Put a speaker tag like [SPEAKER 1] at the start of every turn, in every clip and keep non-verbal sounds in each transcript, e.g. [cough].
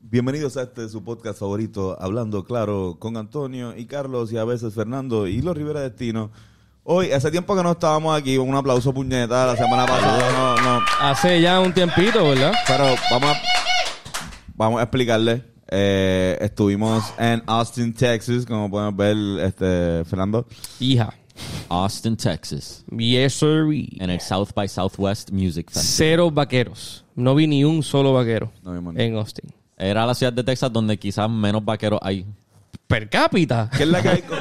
[SPEAKER 1] Bienvenidos a este su podcast favorito, Hablando Claro, con Antonio y Carlos y a veces Fernando y los Rivera Destino. Hoy, hace tiempo que no estábamos aquí, un aplauso puñeta, la semana pasada no, no.
[SPEAKER 2] Hace ya un tiempito, ¿verdad?
[SPEAKER 1] Pero vamos a, vamos a explicarle. Eh, estuvimos en Austin, Texas, como pueden ver, este, Fernando.
[SPEAKER 2] Hija.
[SPEAKER 3] Austin, Texas,
[SPEAKER 2] Yes, sir.
[SPEAKER 3] en el South by Southwest Music Fest.
[SPEAKER 2] Cero vaqueros. No vi ni un solo vaquero
[SPEAKER 1] No vimos ni-
[SPEAKER 2] en Austin.
[SPEAKER 3] Era la ciudad de Texas donde quizás menos vaqueros hay.
[SPEAKER 2] Per cápita.
[SPEAKER 1] ¿Qué es la que hay con,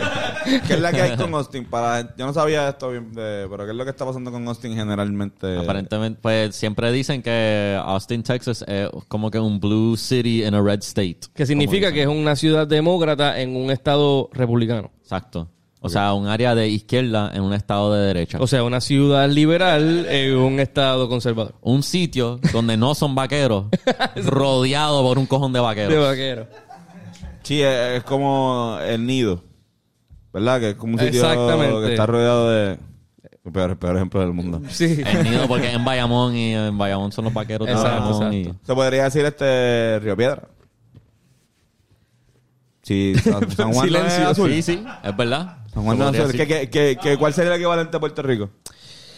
[SPEAKER 1] qué es la que hay con Austin? Para, yo no sabía esto bien, de- pero ¿qué es lo que está pasando con Austin
[SPEAKER 2] Eh.
[SPEAKER 1] generalmente?
[SPEAKER 3] Aparentemente, pues siempre dicen que Austin, Texas es como que un blue city in a red state.
[SPEAKER 2] Que significa que es una ciudad demócrata en un estado republicano.
[SPEAKER 3] Exacto. O sea, un área de izquierda en un estado de derecha.
[SPEAKER 2] O sea, una ciudad liberal en un estado conservador.
[SPEAKER 3] un sitio donde no
[SPEAKER 2] [laughs]
[SPEAKER 3] son vaqueros, rodeado por un cojón de
[SPEAKER 2] De
[SPEAKER 3] vaqueros.
[SPEAKER 2] vaquero.
[SPEAKER 1] Sí, es, es como el nido. ¿Verdad? Que es como un sitio
[SPEAKER 2] Exactamente.
[SPEAKER 1] que está rodeado de. El peor, el peor ejemplo del mundo.
[SPEAKER 2] Sí.
[SPEAKER 3] El nido, porque es en Bayamón y en Bayamón son los vaqueros. de
[SPEAKER 2] Exacto,
[SPEAKER 3] Bayamón
[SPEAKER 2] exacto.
[SPEAKER 1] Se podría decir este Río Piedra. Sí, San, San Juan no es
[SPEAKER 2] [laughs] Silencio.
[SPEAKER 1] azul.
[SPEAKER 3] Sí, sí, es verdad.
[SPEAKER 1] San Juan no es
[SPEAKER 3] Se podría
[SPEAKER 1] azul.
[SPEAKER 3] decir-
[SPEAKER 1] ¿Qué- qué- qué- qué- cuál sería el equivalente a Puerto Rico?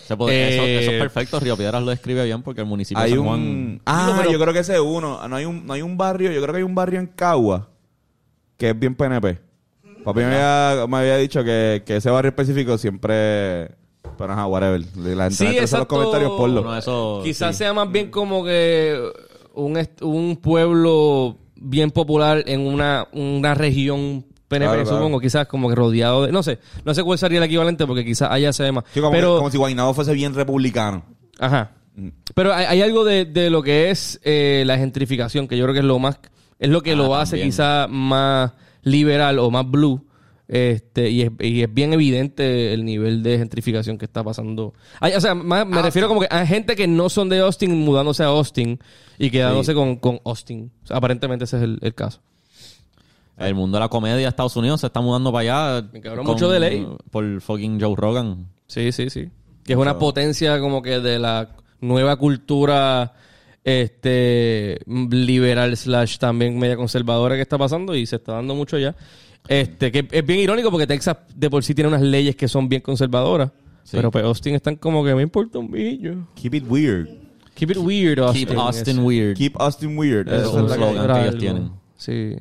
[SPEAKER 3] se podría- eso,
[SPEAKER 2] Eh,
[SPEAKER 3] eso es perfecto. Río Piedras lo describe bien porque el municipio
[SPEAKER 1] Hay
[SPEAKER 3] de San
[SPEAKER 1] un.
[SPEAKER 3] Juan.
[SPEAKER 1] Ah, yo creo que ese es uno. Ah, No hay, un, no hay un barrio. Yo creo que hay un barrio en Cagua que es bien PNP. Papi me había, me había dicho que, que ese barrio específico siempre. Pero ajá, whatever. La gente mete eso
[SPEAKER 2] Sí,
[SPEAKER 1] en los
[SPEAKER 2] exacto.
[SPEAKER 1] comentarios por
[SPEAKER 3] Bueno, eso,
[SPEAKER 2] Quizás
[SPEAKER 3] sí.
[SPEAKER 2] sea más bien como que un, est- un pueblo bien popular en una, una región PNP,
[SPEAKER 1] Claro, claro.
[SPEAKER 2] supongo, quizás como que rodeado de... No sé, no sé cuál sería el equivalente porque quizás allá se ve más.
[SPEAKER 1] Sí, como,
[SPEAKER 2] Pero,
[SPEAKER 1] que- como si Guaynabo fuese bien republicano.
[SPEAKER 2] ajá.
[SPEAKER 3] Mm.
[SPEAKER 2] Pero hay, hay algo de, de lo que es eh, la gentrificación, que yo creo que es lo más... Es lo que
[SPEAKER 3] Ah,
[SPEAKER 2] lo hace
[SPEAKER 3] también.
[SPEAKER 2] quizás más liberal o más blue. Este, y, es, y es bien evidente el nivel de gentrificación que está pasando. Ay, o sea, más- me refiero como que a gente que no son de Austin mudándose a Austin y quedándose con, con Austin. O sea, aparentemente ese es el, el caso.
[SPEAKER 3] El mundo de la comedia de Estados Unidos se está mudando para allá.
[SPEAKER 2] Me cabrón, mucho de ley.
[SPEAKER 3] Por fucking Joe Rogan.
[SPEAKER 2] Sí, sí, sí. Que es una potencia como que de la nueva cultura este liberal slash también media conservadora que está pasando y se está dando mucho ya. Este, que es bien irónico porque Texas de por sí tiene unas leyes que son bien conservadoras.
[SPEAKER 3] Sí.
[SPEAKER 2] Pero pues Austin están como que me importa un billo.
[SPEAKER 1] Keep it weird.
[SPEAKER 2] Keep it weird, Austin.
[SPEAKER 3] Keep Austin weird.
[SPEAKER 1] Keep Austin weird.
[SPEAKER 3] Eso
[SPEAKER 1] Eso es la
[SPEAKER 3] es
[SPEAKER 1] que-
[SPEAKER 3] slogan. que ellos
[SPEAKER 2] Algo.
[SPEAKER 3] tienen.
[SPEAKER 2] Sí.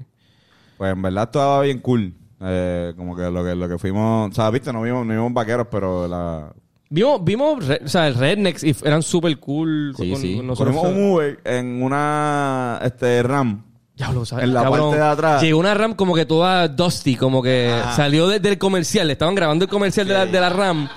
[SPEAKER 1] Pues en verdad estaba bien cool. Eh, como que lo que lo que fuimos, o sea, viste, no vimos, no vimos vaqueros, pero la
[SPEAKER 2] Vimos, vimos re- o sea, rednecks y f- eran super cool.
[SPEAKER 3] Sí, sí.
[SPEAKER 2] nosotros.
[SPEAKER 1] cogimos un Uber en una este Ram.
[SPEAKER 2] Ya lo sabes.
[SPEAKER 1] En la
[SPEAKER 2] cabrón.
[SPEAKER 1] parte de atrás. Ah.
[SPEAKER 2] Llegó una RAM como que toda dusty, como que salió desde el comercial. Estaban grabando el comercial de, la, de la RAM.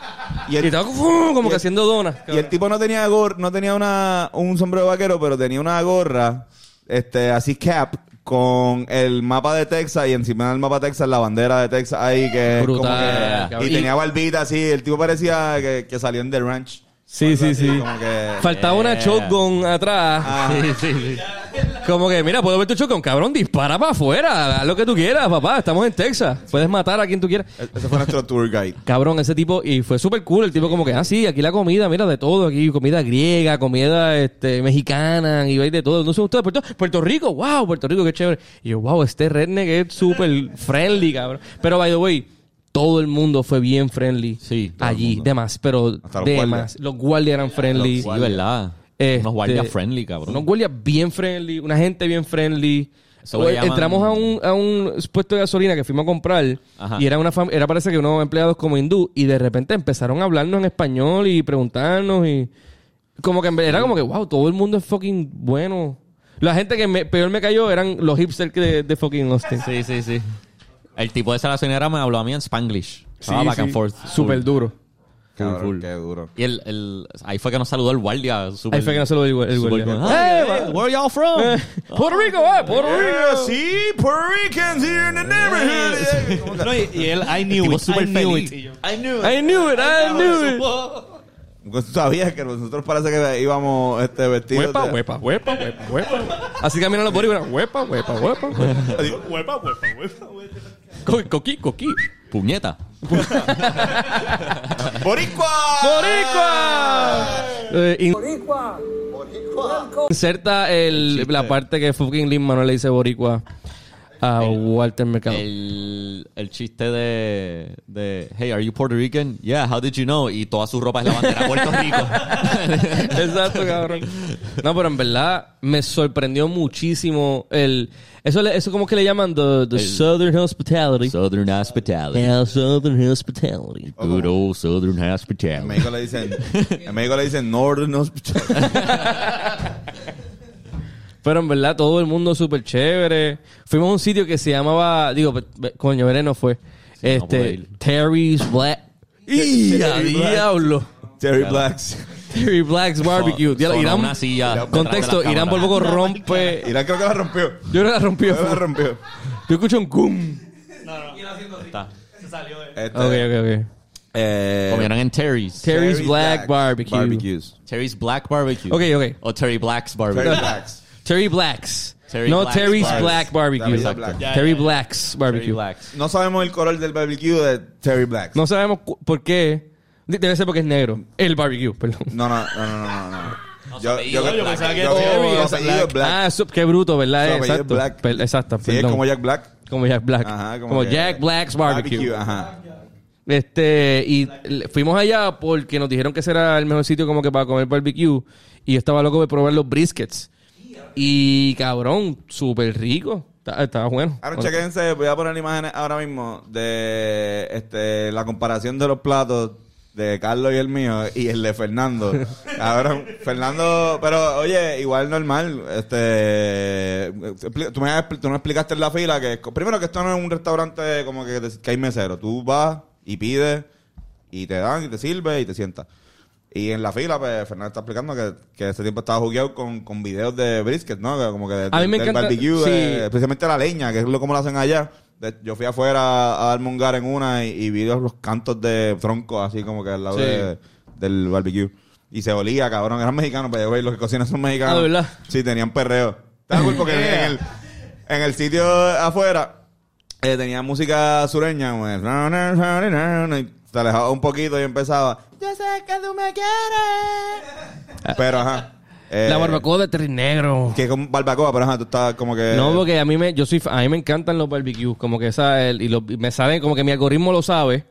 [SPEAKER 1] Y
[SPEAKER 2] Y,
[SPEAKER 1] el-
[SPEAKER 2] estaba como, como
[SPEAKER 1] y el-
[SPEAKER 2] que haciendo donas.
[SPEAKER 1] Y el tipo no tenía gor no tenía una un sombrero vaquero, pero tenía una gorra este así cap con el mapa de Texas y encima del mapa de Texas la bandera de Texas ahí que es como
[SPEAKER 2] Brutal, Ah,
[SPEAKER 1] que-
[SPEAKER 2] cabrón.
[SPEAKER 1] y tenía barbita así, el tipo parecía que, que salió en The Ranch.
[SPEAKER 2] Sí, sí, sí.
[SPEAKER 1] Como que e-,
[SPEAKER 2] Faltaba una shotgun atrás.
[SPEAKER 1] Ah.
[SPEAKER 2] [laughs] Sí, sí, sí. Como que, mira, puedo ver tu shotgun. Cabrón, dispara para afuera. Haz lo que tú quieras, papá. Estamos en Texas. Puedes matar a quien tú quieras.
[SPEAKER 1] Ese fue nuestro tour
[SPEAKER 2] [laughs]
[SPEAKER 1] guide.
[SPEAKER 2] Cabrón, ese tipo, y fue súper cool. El tipo, como que, ah, sí, aquí la comida, mira, de todo, aquí comida griega, comida este, mexicana, y hay de todo. No sé ustedes, Puerto, Puerto Rico, wow, Puerto Rico, qué chévere. Y yo, wow, este redneck es súper friendly, cabrón. Pero, by the way, todo el mundo fue bien friendly.
[SPEAKER 3] Sí, todo el
[SPEAKER 2] Allí,
[SPEAKER 3] mundo.
[SPEAKER 2] de más, pero
[SPEAKER 1] Hasta los
[SPEAKER 2] de
[SPEAKER 1] guardias.
[SPEAKER 2] más. Los guardias eran friendly.
[SPEAKER 3] Sí, verdad.
[SPEAKER 2] Este-
[SPEAKER 3] Unos guardias friendly, cabrón.
[SPEAKER 2] Unos guardias bien friendly, una gente bien friendly.
[SPEAKER 3] Eso le
[SPEAKER 2] Oye,
[SPEAKER 3] llaman-
[SPEAKER 2] Entramos a un, a un puesto de gasolina que fuimos a comprar
[SPEAKER 3] Ajá.
[SPEAKER 2] y era una fam- era parece que unos empleados como hindú y de repente empezaron a hablarnos en español y preguntarnos y como que en vez- era como que wow, todo el mundo es fucking bueno. La gente que me- peor me cayó eran los hipsters que de, de fucking Austin.
[SPEAKER 3] Sí, sí, sí. El tipo de esa gasolinera me habló a mí en Spanglish.
[SPEAKER 2] Sí,
[SPEAKER 3] Estaba Ah, back
[SPEAKER 2] sí.
[SPEAKER 3] and forth.
[SPEAKER 2] Súper duro.
[SPEAKER 1] Cabrón,
[SPEAKER 3] full.
[SPEAKER 1] qué duro.
[SPEAKER 3] Y el, el- ahí fue que nos saludó el guardia. súper-
[SPEAKER 2] Ahí fue que no se lo digo el
[SPEAKER 3] súper
[SPEAKER 2] guardia.
[SPEAKER 3] con- Ah,
[SPEAKER 2] ¡Eh,
[SPEAKER 3] Hey,
[SPEAKER 2] va!
[SPEAKER 3] where y'all from?
[SPEAKER 2] Eh, [laughs] Puerto Rico, eh, Puerto Rico.
[SPEAKER 1] see Puerto Ricans here in the neighborhood.
[SPEAKER 4] No, y, y él, I knew
[SPEAKER 3] tipo
[SPEAKER 4] it,
[SPEAKER 3] super
[SPEAKER 4] I knew
[SPEAKER 3] feliz.
[SPEAKER 4] it. Y yo,
[SPEAKER 2] I knew it, I knew it.
[SPEAKER 1] Pues [laughs] tú sabías que nosotros parece que íbamos este, vestidos.
[SPEAKER 2] Huepa,
[SPEAKER 1] de-
[SPEAKER 2] huepa, huepa, huepa, huepa. Así caminan los boricuas. Huepa, huepa, huepa. huepa.
[SPEAKER 4] Huepa, huepa, huepa, huepa.
[SPEAKER 2] Co- Coquí, coquí.
[SPEAKER 3] Puñeta.
[SPEAKER 1] ¡Boricua!
[SPEAKER 2] ¡Boricua! Eh, in- Inserta el- la parte que fucking Lin Manuel le dice boricua a Walter Mercado.
[SPEAKER 3] El, el chiste de, de, hey, are you Puerto Rican? Yeah, how did you know? Y toda su ropa es la bandera Puerto Rico.
[SPEAKER 2] [laughs] Exacto, cabrón. No, pero en verdad me sorprendió muchísimo el... Eso, le- eso como que le llaman the, the Southern Hospitality.
[SPEAKER 3] [laughs] Southern Hospitality.
[SPEAKER 2] Yeah, Southern Hospitality.
[SPEAKER 3] Good old Southern
[SPEAKER 1] En
[SPEAKER 3] Hospitality.
[SPEAKER 1] México le dicen, en México le dicen Northern Hospital.
[SPEAKER 2] [laughs] Pero en verdad todo el mundo súper chévere. Fuimos a un sitio que se llamaba... Digo, pe- pe- coño, Veré no fue.
[SPEAKER 3] no pude
[SPEAKER 2] este,
[SPEAKER 3] ir.
[SPEAKER 2] Terry's Black...
[SPEAKER 1] ¡Y
[SPEAKER 2] ¡Ya, diablo!
[SPEAKER 1] Terry Blacks.
[SPEAKER 2] Terry Black's Barbecue.
[SPEAKER 3] Son-
[SPEAKER 2] Diablo,
[SPEAKER 3] son
[SPEAKER 2] Irán,
[SPEAKER 3] una silla detrás de
[SPEAKER 2] contexto,
[SPEAKER 3] las
[SPEAKER 2] Irán por poco rompe...
[SPEAKER 1] Irán creo que la rompió. Creo
[SPEAKER 2] Yo no la rompí.
[SPEAKER 1] que la rompió.
[SPEAKER 2] Yo escucho un cum.
[SPEAKER 3] Está.
[SPEAKER 4] Se salió de...
[SPEAKER 1] Este,
[SPEAKER 2] Ok, ok, ok.
[SPEAKER 1] eh,
[SPEAKER 3] Comieron en Terry's.
[SPEAKER 2] Terry's Black Barbecue.
[SPEAKER 1] Barbecues.
[SPEAKER 3] Terry's Black Barbecue.
[SPEAKER 2] Ok, ok.
[SPEAKER 3] O Terry Black's
[SPEAKER 1] Terry
[SPEAKER 3] Barbecue.
[SPEAKER 1] Blacks.
[SPEAKER 2] Terry Blacks.
[SPEAKER 3] Terry
[SPEAKER 2] no,
[SPEAKER 3] Black's
[SPEAKER 2] Terry's
[SPEAKER 3] Barbecue.
[SPEAKER 2] Black Barbecue.
[SPEAKER 1] Terry's
[SPEAKER 2] Exacto.
[SPEAKER 1] Black.
[SPEAKER 4] Ya,
[SPEAKER 2] Terry
[SPEAKER 4] ya, ya.
[SPEAKER 2] Black's Barbecue.
[SPEAKER 3] Terry Black's.
[SPEAKER 1] No sabemos el color del barbecue de Terry Blacks.
[SPEAKER 2] No sabemos cu- por qué. De- Debe ser porque es negro. El barbecue, perdón.
[SPEAKER 1] No, no, no, no, no, no. no. Yo,
[SPEAKER 3] apellido,
[SPEAKER 1] yo,
[SPEAKER 4] yo pensaba que
[SPEAKER 1] yo-
[SPEAKER 4] Terry
[SPEAKER 1] su
[SPEAKER 4] es
[SPEAKER 1] apellido es Black.
[SPEAKER 2] Ah, eso- qué bruto,
[SPEAKER 1] Su
[SPEAKER 2] ¿verdad?
[SPEAKER 1] apellido es
[SPEAKER 2] exacto.
[SPEAKER 1] Black.
[SPEAKER 2] Per- exacto,
[SPEAKER 1] Sí, es
[SPEAKER 2] perdón.
[SPEAKER 1] como Jack Black.
[SPEAKER 2] Como Jack Black.
[SPEAKER 1] Ajá,
[SPEAKER 2] como
[SPEAKER 1] como que-
[SPEAKER 2] Jack Black's Barbecue.
[SPEAKER 1] Ajá.
[SPEAKER 2] Este, y le- fuimos allá porque nos dijeron que ese era el mejor sitio como que para comer barbecue. Y yo estaba loco de probar los briskets. Y cabrón, súper rico. Está- Estaba bueno.
[SPEAKER 1] Ahora
[SPEAKER 2] Bueno.
[SPEAKER 1] chequense, voy a poner imágenes ahora mismo de este, la comparación de los platos de Carlos y el mío y el de
[SPEAKER 2] [laughs]
[SPEAKER 1] Fernando. Ahora, Fernando, pero oye, igual normal. Este, expli- tú, me, has expli- tú no explicaste en la fila que primero que esto no es un restaurante como que, te- que hay mesero. Tú vas y pides y te dan y te sirve y te sientas. Y en la fila, pues, Fernando está explicando que, que ese tiempo estaba jugueado con, con videos de brisket, ¿no? Que como que de-
[SPEAKER 2] A mí me
[SPEAKER 1] del
[SPEAKER 2] encanta-
[SPEAKER 1] barbecue,
[SPEAKER 2] sí.
[SPEAKER 1] de- especialmente la leña, que es lo como la hacen allá. De- yo fui afuera a, dar darme un gar en una y, y vi los, los cantos de tronco así como que al lado
[SPEAKER 2] Sí.
[SPEAKER 1] de- del barbecue. Y se olía, cabrón, eran mexicanos, pero yo, güey, los que cocinan son mexicanos.
[SPEAKER 2] Ah, ¿de verdad?
[SPEAKER 1] Sí, tenían perreo. Está cool porque en
[SPEAKER 2] [laughs]
[SPEAKER 1] el, en el sitio afuera eh, tenía música sureña, como de, "Na, na, na, na, na", y se alejaba un poquito y empezaba, yo sé que tú me quieres. Pero ajá. eh,
[SPEAKER 2] Ah. La barbacoa de Terry Negro.
[SPEAKER 1] que con barbacoa, pero ajá, tú estás como que.
[SPEAKER 2] No, porque a mí me, yo soy, fa- a mí me encantan los barbecues, como que esa, el- y, los- y me salen, como que mi algoritmo lo sabe,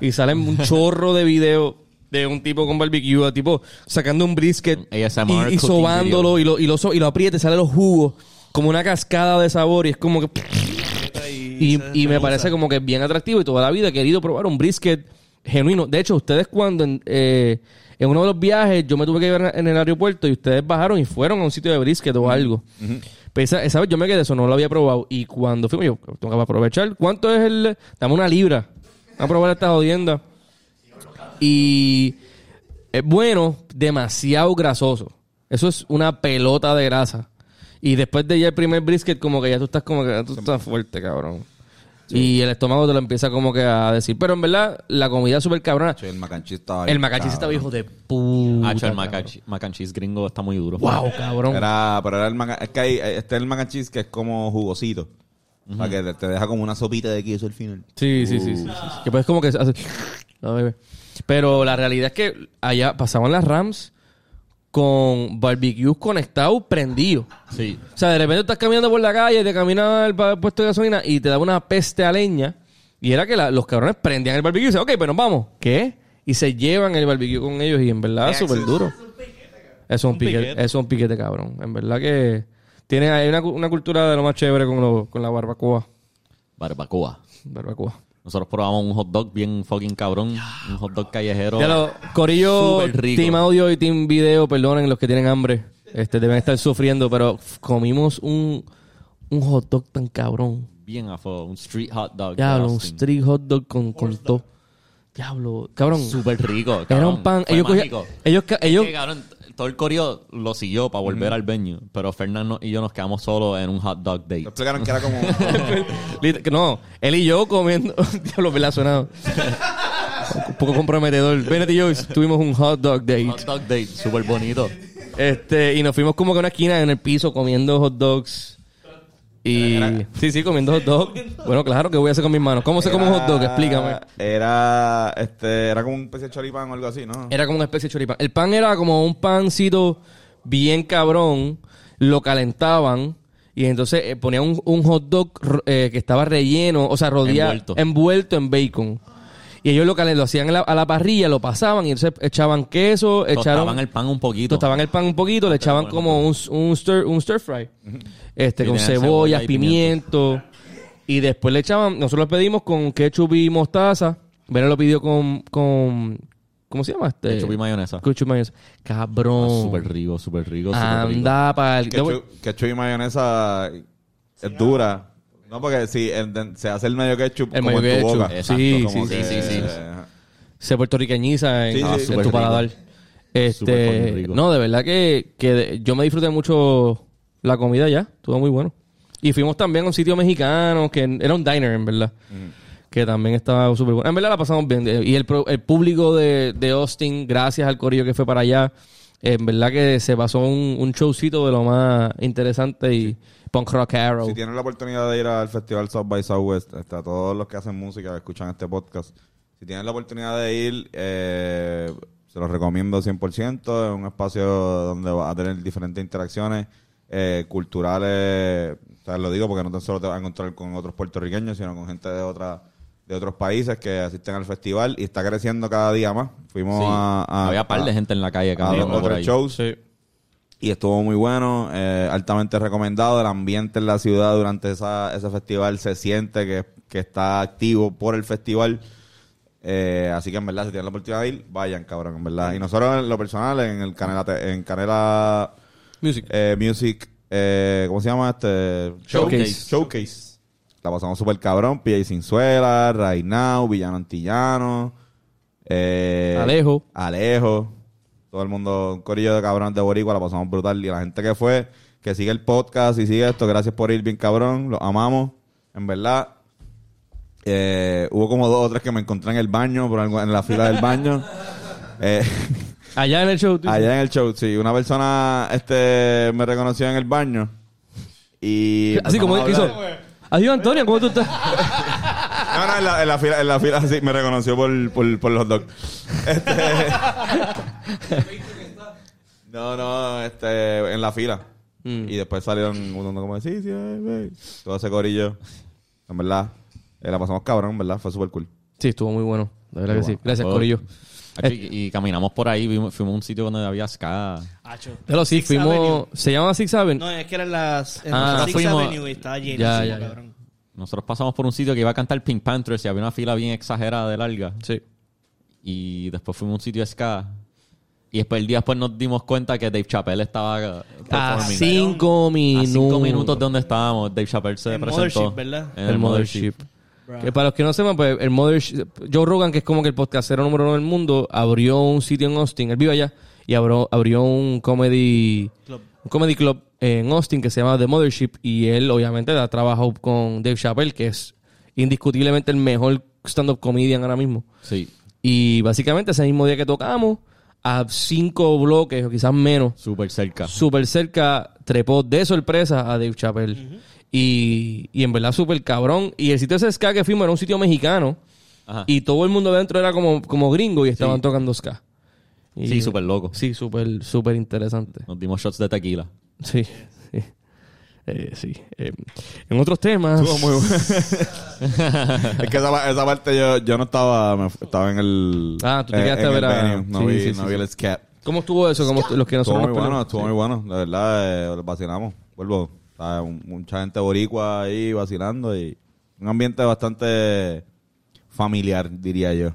[SPEAKER 2] y salen un chorro de videos de un tipo con barbecue, tipo sacando un brisket y,
[SPEAKER 3] ASMR
[SPEAKER 2] y
[SPEAKER 3] cooking
[SPEAKER 2] sobándolo y lo, y lo so- y lo aprieta y sale los jugos, como una cascada de sabor y es como que y, y me parece como que bien atractivo y toda la vida he querido probar un brisket genuino. De hecho, ustedes cuando en, eh, en uno de los viajes yo me tuve que llevar en el aeropuerto y ustedes bajaron y fueron a un sitio de brisket o algo. Pero esa, esa vez yo me quedé eso, no lo había probado. Y cuando fuimos yo, tengo que aprovechar. ¿Cuánto es el...? Dame una libra. Vamos a probar esta jodienda. Y es bueno, demasiado grasoso. Eso es una pelota de grasa. Y después de ya el primer brisket, como que ya tú estás como que ya tú estás fuerte, cabrón. Y el estómago te lo empieza como que a decir. Pero en verdad, la comida es súper cabrona.
[SPEAKER 1] Sí, el macanchi estaba
[SPEAKER 2] El
[SPEAKER 1] bien,
[SPEAKER 2] macachi sí estaba
[SPEAKER 1] cabrón.
[SPEAKER 2] hijo de puta.
[SPEAKER 3] Ah, el
[SPEAKER 2] cabrón.
[SPEAKER 3] mac and che- mac and cheese gringo está muy duro.
[SPEAKER 2] Wow, cabrón.
[SPEAKER 1] Era, pero era el maca, es que hay, este es el mac and cheese que es como jugosito. Para que te, te deja como una sopita de queso al final.
[SPEAKER 2] Sí, sí, sí, sí, sí. Que pues como que hace- No, bebé. Pero la realidad es que allá pasaban las Rams con barbecues conectados, prendidos.
[SPEAKER 3] Sí.
[SPEAKER 2] O sea, de repente estás caminando por la calle, te caminas al pa- puesto de gasolina y te da una peste a leña. Y era que la- los cabrones prendían el barbecue y dicen, ok, pues nos vamos. ¿Qué? Y se llevan el barbecue con ellos y en verdad es súper duro. Es un piquete,
[SPEAKER 4] piquete.
[SPEAKER 2] es un piquete, cabrón. En verdad que tiene, hay una, cu- una cultura de lo más chévere con, lo- con la barbacoa.
[SPEAKER 3] Barbacoa.
[SPEAKER 2] Barbacoa.
[SPEAKER 3] Nosotros probamos un hot dog bien fucking cabrón. Un hot dog callejero.
[SPEAKER 2] Ya lo, Corillo,
[SPEAKER 3] Súper rico.
[SPEAKER 2] Team Audio y Team Video, perdonen los que tienen hambre. Este, deben estar sufriendo, pero f- comimos un, un hot dog tan cabrón.
[SPEAKER 3] Bien a fuego. Un street hot dog. de
[SPEAKER 2] Diablo, un
[SPEAKER 3] Austin.
[SPEAKER 2] street hot dog con, con todo. Diablo, cabrón.
[SPEAKER 3] Súper rico.
[SPEAKER 2] Era
[SPEAKER 3] cabrón.
[SPEAKER 2] un pan.
[SPEAKER 3] Fue
[SPEAKER 2] Ellos, cogían-
[SPEAKER 3] mágico.
[SPEAKER 2] ellos, ca- ellos, [laughs]
[SPEAKER 3] Que, cabrón, todo el corio lo siguió para volver al venue. Pero Fernando y yo nos quedamos solos en un hot dog date.
[SPEAKER 1] Te explicaron que era como.
[SPEAKER 2] Lit- que No, él y yo comiendo. [laughs] Diablo, ¿verdad? Sonado. un poco comprometedor. Bennett y yo tuvimos un hot dog date.
[SPEAKER 3] Hot dog date, súper bonito.
[SPEAKER 2] Este, y nos fuimos como que a una esquina en el piso comiendo hot dogs. Y. Sí, sí, comiendo hot
[SPEAKER 3] [laughs]
[SPEAKER 2] dogs. Bueno, claro, ¿qué voy a hacer con mis manos? ¿Cómo se come un hot dog? Explícame.
[SPEAKER 1] Era,
[SPEAKER 2] Eh,
[SPEAKER 1] este, era como un especie de choripán o algo así, ¿no?
[SPEAKER 2] Era como una especie de choripán. El pan era como un pancito bien cabrón, lo calentaban y entonces eh, ponían un, un hot dog ro- eh, que estaba relleno, o sea, rodeado,
[SPEAKER 3] Envuelto.
[SPEAKER 2] envuelto en bacon. Y ellos lo, calen- lo hacían a la, a la parrilla, lo pasaban y entonces echaban queso,
[SPEAKER 3] Tostaban
[SPEAKER 2] echaron,
[SPEAKER 3] el pan un poquito.
[SPEAKER 2] tostaban el pan un poquito, le echaban como un, un stir, un stir fry. Este,
[SPEAKER 3] pues. Y
[SPEAKER 2] con
[SPEAKER 3] tenían
[SPEAKER 2] cebollas,
[SPEAKER 3] cebolla y
[SPEAKER 2] pimiento. Y después le echaban, nosotros lo pedimos con ketchup y mostaza. Vero lo pidió con, con ¿cómo se llama este?
[SPEAKER 3] Ketchup y mayonesa. Ah,
[SPEAKER 2] Ketchup y mayonesa. Cabrón.
[SPEAKER 3] Súper rico, súper rico, súper rico.
[SPEAKER 2] Anda para el...
[SPEAKER 1] Ketchup, ketchup y mayonesa es dura. No, porque si el- de- se hace el medio ketchup
[SPEAKER 2] El
[SPEAKER 1] como
[SPEAKER 2] mayo
[SPEAKER 1] en tu
[SPEAKER 2] ketchup.
[SPEAKER 1] boca.
[SPEAKER 3] Exacto,
[SPEAKER 2] sí,
[SPEAKER 1] Como
[SPEAKER 2] sí,
[SPEAKER 1] que-
[SPEAKER 3] sí, sí, sí.
[SPEAKER 2] se puertorriqueñiza en,
[SPEAKER 1] Sí, sí,
[SPEAKER 2] en
[SPEAKER 1] sí.
[SPEAKER 2] tu
[SPEAKER 3] Súper
[SPEAKER 2] paladar.
[SPEAKER 3] rico. Súper fucking
[SPEAKER 2] Este,
[SPEAKER 3] rico.
[SPEAKER 2] no, de verdad que, que de- yo me disfruté mucho la comida ya, estuvo muy bueno. Y fuimos también a un sitio mexicano que era un diner, en verdad. Que también estaba súper bueno. En verdad la pasamos bien. eh, Y el, pro- el público de, de Austin, gracias al corillo que fue para allá, en verdad que se pasó un, un showcito de lo más interesante y punk rock
[SPEAKER 3] Oh.
[SPEAKER 2] arrow.
[SPEAKER 1] Si tienen la oportunidad de ir al Festival South by Southwest, hasta todos los que hacen música, que escuchan este podcast, si tienen la oportunidad de ir, eh, se los recomiendo 100%. Es un espacio donde vas a tener diferentes interacciones eh, culturales. O sea, lo digo porque no tan solo te vas a encontrar con otros puertorriqueños, sino con gente de otra de otros países que asisten al festival y está creciendo cada día más. Fuimos
[SPEAKER 3] Sí.
[SPEAKER 1] a, a-
[SPEAKER 3] Había par de
[SPEAKER 1] a-
[SPEAKER 3] gente en la calle,
[SPEAKER 1] a los
[SPEAKER 3] cabrón. por
[SPEAKER 1] otros
[SPEAKER 3] ahí.
[SPEAKER 1] shows. Y estuvo muy bueno, eh, altamente recomendado. El ambiente en la ciudad durante esa, ese festival se siente que, que está activo por el festival. Eh, así que en verdad, si tienen la oportunidad de ir, vayan, cabrón, en verdad. Y nosotros, en lo personal, en el Canela, te- en Canela
[SPEAKER 2] Music.
[SPEAKER 1] eh, Music, eh, ¿cómo se llama este?
[SPEAKER 2] Showcase.
[SPEAKER 1] Showcase. La pasamos súper cabrón. PJ Sinzuela, Right Now, Villano Antillano. eh,
[SPEAKER 2] Alejo.
[SPEAKER 1] Alejo. Todo el mundo, un corillo de cabrones de Boricua, la pasamos brutal. Y la gente que fue, que sigue el podcast y sigue esto, gracias por ir bien cabrón, los amamos. En verdad, eh, hubo como dos o tres que me encontré en el baño, por algo- en la fila del
[SPEAKER 2] [laughs]
[SPEAKER 1] baño. Eh,
[SPEAKER 2] Allá en el show. tú
[SPEAKER 1] allá en el show, sí, una persona este me reconoció en el baño. Y
[SPEAKER 2] dices. Así como
[SPEAKER 1] empezamos a
[SPEAKER 2] hizo.
[SPEAKER 1] hablar.
[SPEAKER 2] Adiós, Antonio, ¿cómo tú estás?
[SPEAKER 1] No, no, en la, en la fila, en la fila sí, me reconoció por, por, por los dogs. Este,
[SPEAKER 2] [laughs]
[SPEAKER 1] no, no, este, en la fila.
[SPEAKER 2] Mm.
[SPEAKER 1] Y después salieron un montón de como de, sí, sí, ay, güey". todo ese corillo. En verdad, eh, la pasamos cabrón, en verdad, fue súper cool.
[SPEAKER 2] Sí, estuvo muy bueno. De verdad que sí. Gracias,
[SPEAKER 3] Por-
[SPEAKER 2] Corillo.
[SPEAKER 3] Aquí, y caminamos por ahí, vimos- fuimos a un sitio donde había ska.
[SPEAKER 4] Acho.
[SPEAKER 2] De los Six,
[SPEAKER 4] Sixth Avenue.
[SPEAKER 2] fuimos. ¿Se llama Six Avenue?
[SPEAKER 4] No, es que eran las. En
[SPEAKER 2] Ah,
[SPEAKER 4] ah, Sixth
[SPEAKER 3] fuimos-
[SPEAKER 4] Avenue y estaba lleno.
[SPEAKER 2] Ya, ya, ya.
[SPEAKER 4] cabrón.
[SPEAKER 3] Nosotros pasamos por un sitio que iba a cantar Pink Panthers y había una fila bien exagerada de larga.
[SPEAKER 2] Sí.
[SPEAKER 3] Y después fuimos a un sitio de ska. Y después el día después nos dimos cuenta que Dave Chappelle estaba eh,
[SPEAKER 1] Ah,
[SPEAKER 2] A
[SPEAKER 3] performing.
[SPEAKER 2] cinco
[SPEAKER 3] A
[SPEAKER 2] minutos.
[SPEAKER 3] cinco minutos de donde estábamos, Dave Chappelle se
[SPEAKER 4] El
[SPEAKER 3] presentó.
[SPEAKER 4] Mothership, ¿verdad?
[SPEAKER 3] En
[SPEAKER 2] El, Mothership.
[SPEAKER 4] Bro.
[SPEAKER 2] Que para los que no sepan, pues el Mothership. Joe Rogan, que es como que el podcastero número uno del mundo, abrió un sitio en Austin. Él vive allá. Y abrió, abrió un comedy.
[SPEAKER 4] Club.
[SPEAKER 2] un comedy club en Austin que se llama The Mothership y él obviamente ha trabajado con Dave Chappelle que es indiscutiblemente el mejor stand-up comedian ahora mismo
[SPEAKER 3] Sí,
[SPEAKER 2] y básicamente ese mismo día que tocamos a cinco bloques o quizás menos
[SPEAKER 3] súper cerca.
[SPEAKER 2] súper cerca trepó de sorpresa a Dave Chappelle y, y en verdad súper cabrón y el sitio ese ska que fuimos era un sitio mexicano
[SPEAKER 1] Ah.
[SPEAKER 3] Ajá.
[SPEAKER 2] y todo el mundo dentro era como, como gringo y estaban tocando ska Y-
[SPEAKER 3] Sí, súper loco.
[SPEAKER 2] sí súper súper interesante
[SPEAKER 3] Nos dimos shots de tequila.
[SPEAKER 2] Sí. Sí. Eh, sí. Eh, en otros temas.
[SPEAKER 1] Estuvo muy bueno. es que esa, pa- esa parte yo, yo no estaba, me fu- estaba en el.
[SPEAKER 2] Ah, tú te
[SPEAKER 1] eh,
[SPEAKER 2] quedaste
[SPEAKER 1] en
[SPEAKER 2] a
[SPEAKER 1] el
[SPEAKER 2] ver a-
[SPEAKER 1] venue. No
[SPEAKER 2] sí,
[SPEAKER 1] vi,
[SPEAKER 2] sí, sí,
[SPEAKER 1] no vi
[SPEAKER 2] sí.
[SPEAKER 1] el skate.
[SPEAKER 2] ¿Cómo estuvo eso? ¿Cómo estu- los que
[SPEAKER 1] Estuvo
[SPEAKER 2] nosotros
[SPEAKER 1] muy
[SPEAKER 2] nos
[SPEAKER 1] bueno,
[SPEAKER 2] perdimos?
[SPEAKER 1] estuvo muy bueno. La verdad, eh, lo vacilamos. Vuelvo. o sea, un- mucha gente boricua ahí vacilando y un ambiente bastante familiar, diría yo.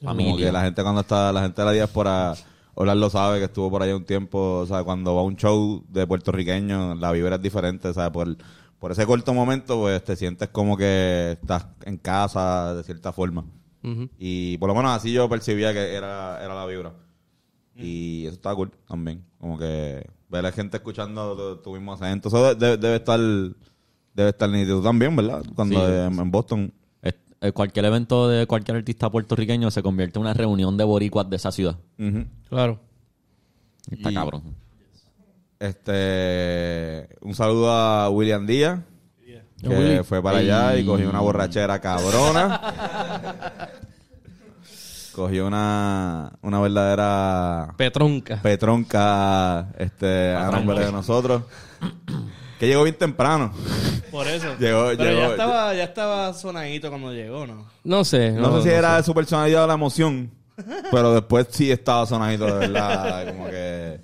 [SPEAKER 1] Como que
[SPEAKER 3] Familia.
[SPEAKER 1] la gente cuando está, la gente de la diáspora, Olar lo sabe, que estuvo por allá un tiempo, o sea, cuando va a un show de puertorriqueño, la vibra es diferente, o sea, por, por ese corto momento, pues te sientes como que estás en casa, de cierta forma. Y por lo menos así yo percibía que era, era la vibra. Y eso está cool también. Como que ver a la gente escuchando tu, tu mismo acento. Eso de- de- debe estar debe estar nítido también, ¿verdad? Cuando
[SPEAKER 3] Sí.
[SPEAKER 1] en, en Boston.
[SPEAKER 3] Es- eh, cualquier evento de cualquier artista puertorriqueño se convierte en una reunión de boricuas de esa ciudad.
[SPEAKER 1] Ujú.
[SPEAKER 2] Claro.
[SPEAKER 3] Está
[SPEAKER 1] Y-
[SPEAKER 3] cabrón.
[SPEAKER 1] Este, un saludo a William Díaz, que
[SPEAKER 2] Willy.
[SPEAKER 1] fue para allá y cogió una borrachera cabrona. cogió una, una verdadera
[SPEAKER 2] Petronca.
[SPEAKER 1] petronca este, a nombre de nosotros. Que llegó bien temprano.
[SPEAKER 4] Por eso.
[SPEAKER 1] Llegó-
[SPEAKER 4] Pero
[SPEAKER 1] llegó-
[SPEAKER 4] ya estaba, ya estaba sonadito cuando llegó, ¿no?
[SPEAKER 2] No sé.
[SPEAKER 1] No, sé si era su personalidad o la emoción, pero después sí estaba sonadito de verdad. como que.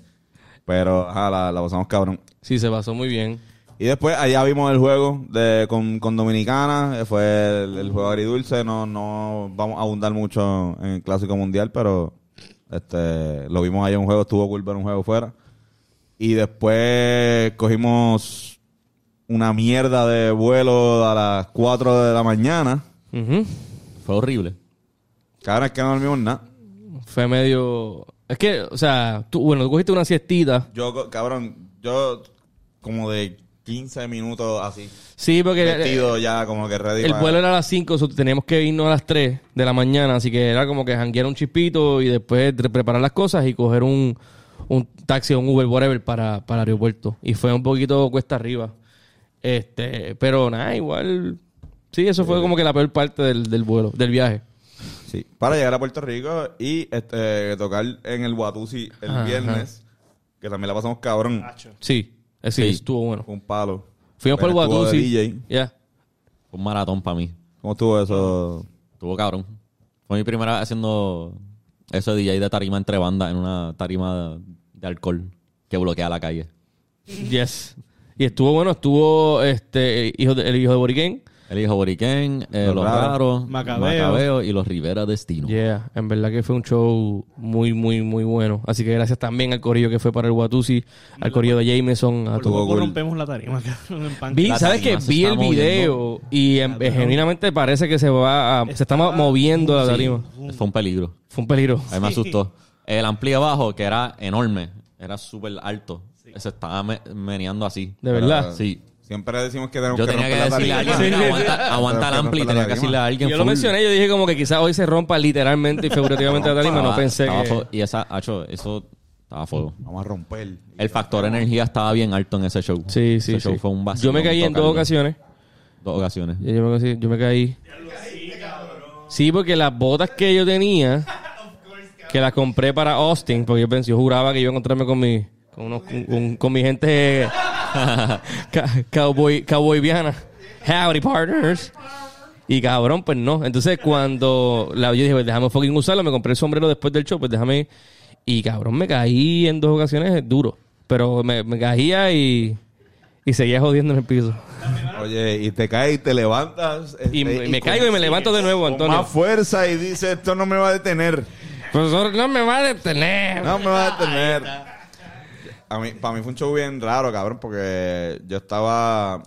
[SPEAKER 1] Pero ajá, la, la pasamos cabrón.
[SPEAKER 2] Sí, se pasó muy bien.
[SPEAKER 1] Y después allá vimos el juego de, con, con Dominicana, eh, fue el, el juego agridulce, no, no vamos a abundar mucho en el Clásico Mundial, pero este lo vimos allá en un juego, estuvo cool ver un juego fuera. Y después cogimos una mierda de vuelo a las 4 de la mañana.
[SPEAKER 2] Ujú.
[SPEAKER 3] Fue horrible.
[SPEAKER 1] Cara, es que no dormimos nada.
[SPEAKER 2] Fue medio... Es que, o sea, tú, bueno, tú cogiste una siestita.
[SPEAKER 1] Yo, co- cabrón, yo como de 15 minutos así,
[SPEAKER 2] Sí, porque...
[SPEAKER 1] vestido ya como que ready.
[SPEAKER 2] eh, El
[SPEAKER 1] para-
[SPEAKER 2] vuelo era a las 5, teníamos que irnos a las 3 de la mañana, así que era como que janguear un chispito y después de preparar las cosas y coger un, un taxi o un Uber, whatever, para, para el aeropuerto. Y fue un poquito cuesta arriba. Este, pero nada, igual. Sí, eso fue como que la peor parte del, del vuelo, del viaje.
[SPEAKER 1] Sí, para llegar a Puerto Rico y este, tocar en el Watusi el
[SPEAKER 2] Ajá.
[SPEAKER 1] viernes, que también la pasamos cabrón,
[SPEAKER 4] Hacho.
[SPEAKER 2] Sí, eh, sí, estuvo bueno.
[SPEAKER 1] fue un palo.
[SPEAKER 2] Fuimos por el
[SPEAKER 1] Pero Pues estuvo de
[SPEAKER 2] Guatuzzi.
[SPEAKER 1] DJ.
[SPEAKER 2] Ya.
[SPEAKER 3] Fue un maratón para mí.
[SPEAKER 1] ¿Cómo estuvo eso?
[SPEAKER 3] Estuvo cabrón. Fue mi primera vez haciendo eso de DJ de tarima entre bandas en una tarima de alcohol que bloquea la calle.
[SPEAKER 2] Yes. Y estuvo bueno, estuvo este hijo de- el hijo de Boriquén.
[SPEAKER 3] El hijo Boriquén, eh,
[SPEAKER 1] Los
[SPEAKER 3] Los
[SPEAKER 1] Raros,
[SPEAKER 3] Raros,
[SPEAKER 4] Macabeo.
[SPEAKER 3] y Los Rivera Destino.
[SPEAKER 2] Yeah, en verdad que fue un show muy, muy, muy bueno. Así que gracias también al corillo que fue para el Watusi, al corillo de Jameson, a
[SPEAKER 4] Por
[SPEAKER 2] tu...
[SPEAKER 1] Estuvo
[SPEAKER 4] poco
[SPEAKER 1] cool.
[SPEAKER 4] rompemos la tarima, [laughs] cabrón, en pan-
[SPEAKER 2] Vi,
[SPEAKER 3] La
[SPEAKER 2] ¿Sabes qué?
[SPEAKER 3] tarima se
[SPEAKER 2] Vi
[SPEAKER 3] está
[SPEAKER 2] el video y em- genuinamente parece que se va a- se está mo- moviendo la
[SPEAKER 3] Sí,
[SPEAKER 2] tarima.
[SPEAKER 3] fue un peligro.
[SPEAKER 2] Fue un peligro.
[SPEAKER 3] A mí me asustó. El amplio abajo, que era enorme, era súper alto, se estaba me- meneando así.
[SPEAKER 2] De verdad.
[SPEAKER 3] Sí.
[SPEAKER 1] Siempre decimos que tenemos
[SPEAKER 3] Yo
[SPEAKER 1] que
[SPEAKER 3] tenía que
[SPEAKER 1] romper la
[SPEAKER 3] decirle a
[SPEAKER 1] tarima.
[SPEAKER 3] alguien, mira, aguanta, aguanta
[SPEAKER 1] Tenemos
[SPEAKER 3] el
[SPEAKER 1] que romper
[SPEAKER 3] ampli,
[SPEAKER 1] la
[SPEAKER 3] tenía que decirle
[SPEAKER 1] tarima.
[SPEAKER 3] a alguien.
[SPEAKER 2] Yo lo
[SPEAKER 3] full.
[SPEAKER 2] mencioné, yo dije como que quizás hoy se rompa literalmente y figurativamente la tarima. No
[SPEAKER 3] Estaba-
[SPEAKER 2] pensé
[SPEAKER 3] estaba
[SPEAKER 2] que...
[SPEAKER 3] fuego. Y esa, hacho, eso estaba a fuego.
[SPEAKER 1] [laughs] Vamos a romper.
[SPEAKER 3] El factor energía estaba bien alto en ese show.
[SPEAKER 2] Sí, sí,
[SPEAKER 3] Ese show
[SPEAKER 2] sí.
[SPEAKER 3] fue un vacío.
[SPEAKER 2] Yo me caí en dos
[SPEAKER 3] tocarlo.
[SPEAKER 2] ocasiones.
[SPEAKER 3] Dos ocasiones.
[SPEAKER 2] Yo, yo me caí, yo me caí. Sí, porque las botas que yo tenía, que las compré para Austin, porque yo pensé, yo juraba que iba a encontrarme con mi, con, unos- con- con- con mi gente [laughs] ca- cowboy, cowboyviana. Howdy partners. Y cabrón, pues no. Entonces cuando la yo dije, pues déjame fucking usarlo, me compré el sombrero después del show, pues déjame. Y cabrón, me caí en dos ocasiones eh, duro. Pero me, me caía y, y seguía jodiendo en el piso.
[SPEAKER 1] Oye, y te caes y te levantas. este,
[SPEAKER 2] Y me, me
[SPEAKER 1] con-
[SPEAKER 2] caigo y me levanto de nuevo,
[SPEAKER 1] con
[SPEAKER 2] Antonio.
[SPEAKER 1] más fuerza y dice esto no me va a detener.
[SPEAKER 2] Profesor, no me va a detener.
[SPEAKER 1] No me va a detener. A mí, para mí fue un show bien raro, cabrón, porque yo estaba.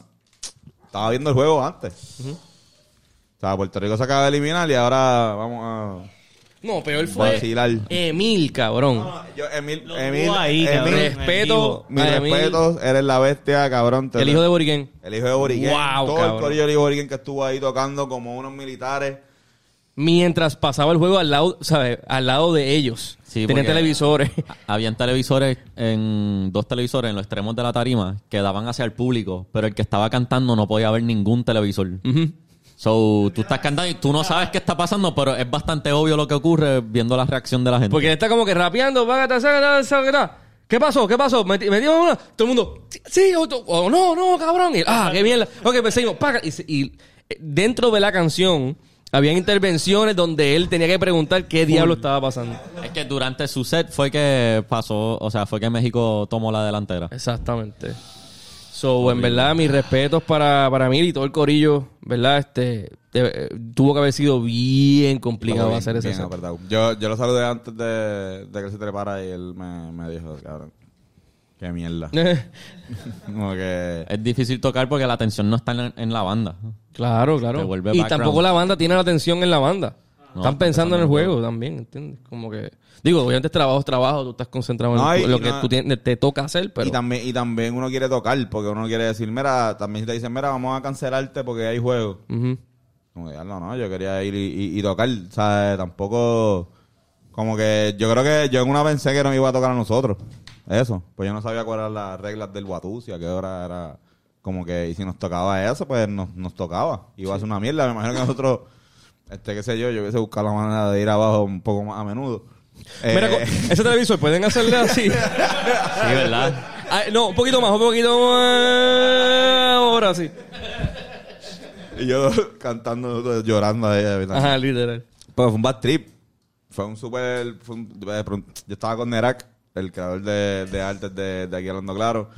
[SPEAKER 1] Estaba viendo el juego antes. O sea, Puerto Rico se acaba de eliminar y ahora vamos
[SPEAKER 2] No, peor
[SPEAKER 1] a vacilar.
[SPEAKER 2] Emil, cabrón.
[SPEAKER 1] Yo, Emil,
[SPEAKER 4] Lo
[SPEAKER 1] Emil,
[SPEAKER 4] tuvo ahí,
[SPEAKER 1] Emil,
[SPEAKER 4] cabrón.
[SPEAKER 2] Respeto.
[SPEAKER 1] mis
[SPEAKER 2] a Emil,
[SPEAKER 1] respetos, eres la bestia, cabrón. te
[SPEAKER 2] El
[SPEAKER 1] lo-
[SPEAKER 2] hijo de Boriquén.
[SPEAKER 1] el hijo de Boriquén.
[SPEAKER 2] Wow,
[SPEAKER 1] todo
[SPEAKER 2] cabrón.
[SPEAKER 1] el corillo de Boriquén que estuvo ahí tocando como unos militares.
[SPEAKER 2] Mientras pasaba el juego al lado, ¿sabes? Al lado de ellos.
[SPEAKER 3] Sí,
[SPEAKER 2] Tenía
[SPEAKER 1] [laughs]
[SPEAKER 3] porque-
[SPEAKER 2] televisores. [laughs]
[SPEAKER 3] Habían televisores en dos televisores en los extremos de la tarima que daban hacia el público, pero el que estaba cantando no podía ver ningún televisor. So, tú estás cantando y tú no sabes qué está pasando, pero es bastante obvio lo que ocurre viendo la reacción de la gente.
[SPEAKER 2] Porque él está como que rapeando. "Vágata, ságata, ságata". ¿Qué pasó? ¿Qué pasó? Meti- Metimos una. Todo el mundo. Sí, o to- o no, no, cabrón. Y él, ah, qué mierda. Ok, pues seguimos. Paga. Y, se- y, eh, dentro de la canción habían intervenciones donde él tenía que preguntar qué diablo estaba pasando.
[SPEAKER 3] Es que durante su set fue que pasó, o sea, fue que México tomó la delantera.
[SPEAKER 2] Exactamente. So, en verdad, mis respetos para, para Mil y todo el corillo, ¿verdad? Este de- eh, tuvo que haber sido bien complicado
[SPEAKER 1] Bien,
[SPEAKER 2] hacer ese
[SPEAKER 1] bien
[SPEAKER 2] set.
[SPEAKER 1] apretado. Yo, yo lo saludé antes de, de que él se trepara y él me, me dijo, cabrón, qué mierda. [laughs] Como que...
[SPEAKER 3] Es difícil tocar porque la atención no está en, en la banda.
[SPEAKER 2] [laughs] claro,
[SPEAKER 3] Te
[SPEAKER 2] claro.
[SPEAKER 3] vuelve
[SPEAKER 2] Y
[SPEAKER 3] background.
[SPEAKER 2] tampoco la banda tiene la atención en la banda.
[SPEAKER 3] No,
[SPEAKER 2] Están pensando en el juego también, ¿entiendes? Como que. Digo, obviamente es trabajo, es trabajo, tú estás concentrado en
[SPEAKER 1] No,
[SPEAKER 2] el-
[SPEAKER 1] y-
[SPEAKER 2] lo
[SPEAKER 1] y
[SPEAKER 2] que
[SPEAKER 1] no-
[SPEAKER 2] tú tienes- te toca hacer, pero.
[SPEAKER 1] Y también, y también uno quiere tocar, porque uno quiere decir, mira, también si te dicen, mira, vamos a cancelarte porque hay juego.
[SPEAKER 2] Ujú.
[SPEAKER 1] Como que, no, no, yo quería ir y, y- y tocar, ¿sabes? Tampoco, como que, yo creo que yo en una pensé que no iba a tocar a nosotros. Eso, pues yo no sabía cuáles eran las reglas del Watusi, a qué hora era, como que, y si nos tocaba eso, pues nos, nos tocaba. Iba a ser una mierda, me imagino que nosotros Este, qué sé yo, yo hubiese buscado la manera de ir abajo un poco más a menudo. Eh,
[SPEAKER 2] Mira, co- ese televisor pueden
[SPEAKER 1] [laughs]
[SPEAKER 2] hacerle así.
[SPEAKER 3] Sí, ¿verdad?
[SPEAKER 2] Ah, no, un poquito más, un poquito más. Ahora sí.
[SPEAKER 1] [laughs] y yo cantando, llorando ahí. ahí, ahí.
[SPEAKER 2] Ajá, literal.
[SPEAKER 1] Pero Pues fue un bad trip. Fue un súper... fue un- de pronto- Yo estaba con Nerak, el creador de, de artes de, de aquí hablando claro.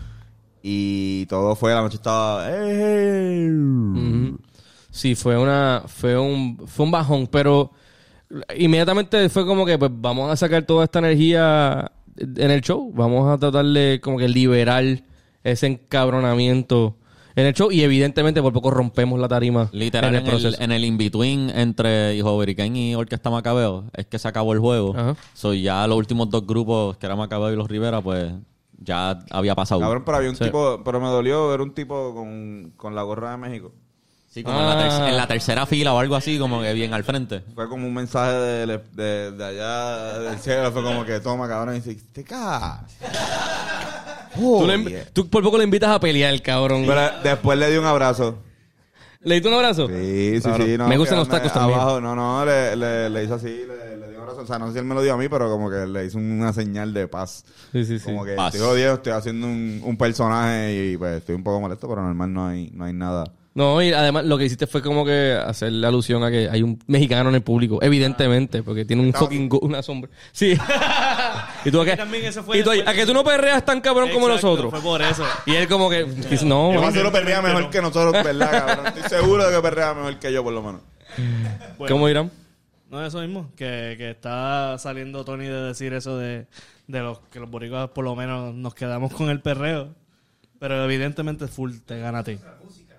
[SPEAKER 1] Y todo fue, la noche estaba... "Hey, hey".
[SPEAKER 2] Sí, fue una fue un fue un bajón, pero inmediatamente fue como que pues vamos a sacar toda esta energía en el show, vamos a tratar de como que liberar ese encabronamiento en el show y evidentemente por poco rompemos la tarima
[SPEAKER 3] Literal,
[SPEAKER 2] en el
[SPEAKER 3] en el,
[SPEAKER 2] proceso.
[SPEAKER 3] en el in-between entre Hijo Hurricane y Orquesta Macabeo es que se acabó el juego.
[SPEAKER 2] Ajá.
[SPEAKER 3] So, ya los últimos dos grupos, que era Macabeo y los Rivera, pues ya había pasado.
[SPEAKER 1] Cabrón, pero había un tipo... Pero me dolió ver un tipo con, con la gorra de México.
[SPEAKER 3] Sí, como en, la ter-
[SPEAKER 2] Ah.
[SPEAKER 3] en la tercera fila o algo así, como que bien al frente.
[SPEAKER 1] Fue como un mensaje de, de- de allá del cielo. Fue como que toma, cabrón. Y dice, te cagas.
[SPEAKER 2] tú, le-
[SPEAKER 1] Joder.
[SPEAKER 2] tú por poco le invitas a pelear, cabrón.
[SPEAKER 1] Pero después le di un abrazo.
[SPEAKER 2] ¿Le diste un abrazo?
[SPEAKER 1] Sí, sí,
[SPEAKER 2] Claro.
[SPEAKER 1] sí. No,
[SPEAKER 2] Me gustan los
[SPEAKER 1] quedarme
[SPEAKER 2] tacos también.
[SPEAKER 1] Abajo, no, no, le, le, le hizo así, le, le dio un abrazo. O sea, no sé si él me lo dio a mí, pero como que le hizo una señal de paz.
[SPEAKER 2] Sí, sí, sí.
[SPEAKER 1] Como que
[SPEAKER 3] Paz.
[SPEAKER 1] estoy jodido, estoy haciendo un, un personaje y pues estoy un poco molesto, pero normal no hay, no hay nada.
[SPEAKER 2] No, y además lo que hiciste fue como que hacer la alusión a que hay un mexicano en el público, evidentemente, porque tiene un fucking go- una sombra. Sí.
[SPEAKER 4] [laughs]
[SPEAKER 2] y tú a
[SPEAKER 4] Y
[SPEAKER 2] que,
[SPEAKER 4] también eso fue
[SPEAKER 2] y tú ahí,
[SPEAKER 4] después-
[SPEAKER 2] a que tú no perreas tan cabrón como
[SPEAKER 4] Exacto,
[SPEAKER 2] nosotros. Ah.
[SPEAKER 4] Fue por eso.
[SPEAKER 2] Y él como que dice,
[SPEAKER 1] Yo
[SPEAKER 2] no, mano,
[SPEAKER 1] más seguro perrea mejor
[SPEAKER 4] no.
[SPEAKER 1] que nosotros, ¿verdad, cabrón? Estoy seguro de que perrea mejor que yo, por lo menos.
[SPEAKER 4] Bueno,
[SPEAKER 2] ¿cómo dirán?
[SPEAKER 4] No, eso mismo. Que, que está saliendo Tony de decir eso de, de los que los boricos por lo menos nos quedamos con el perreo. Pero evidentemente full te gana a ti.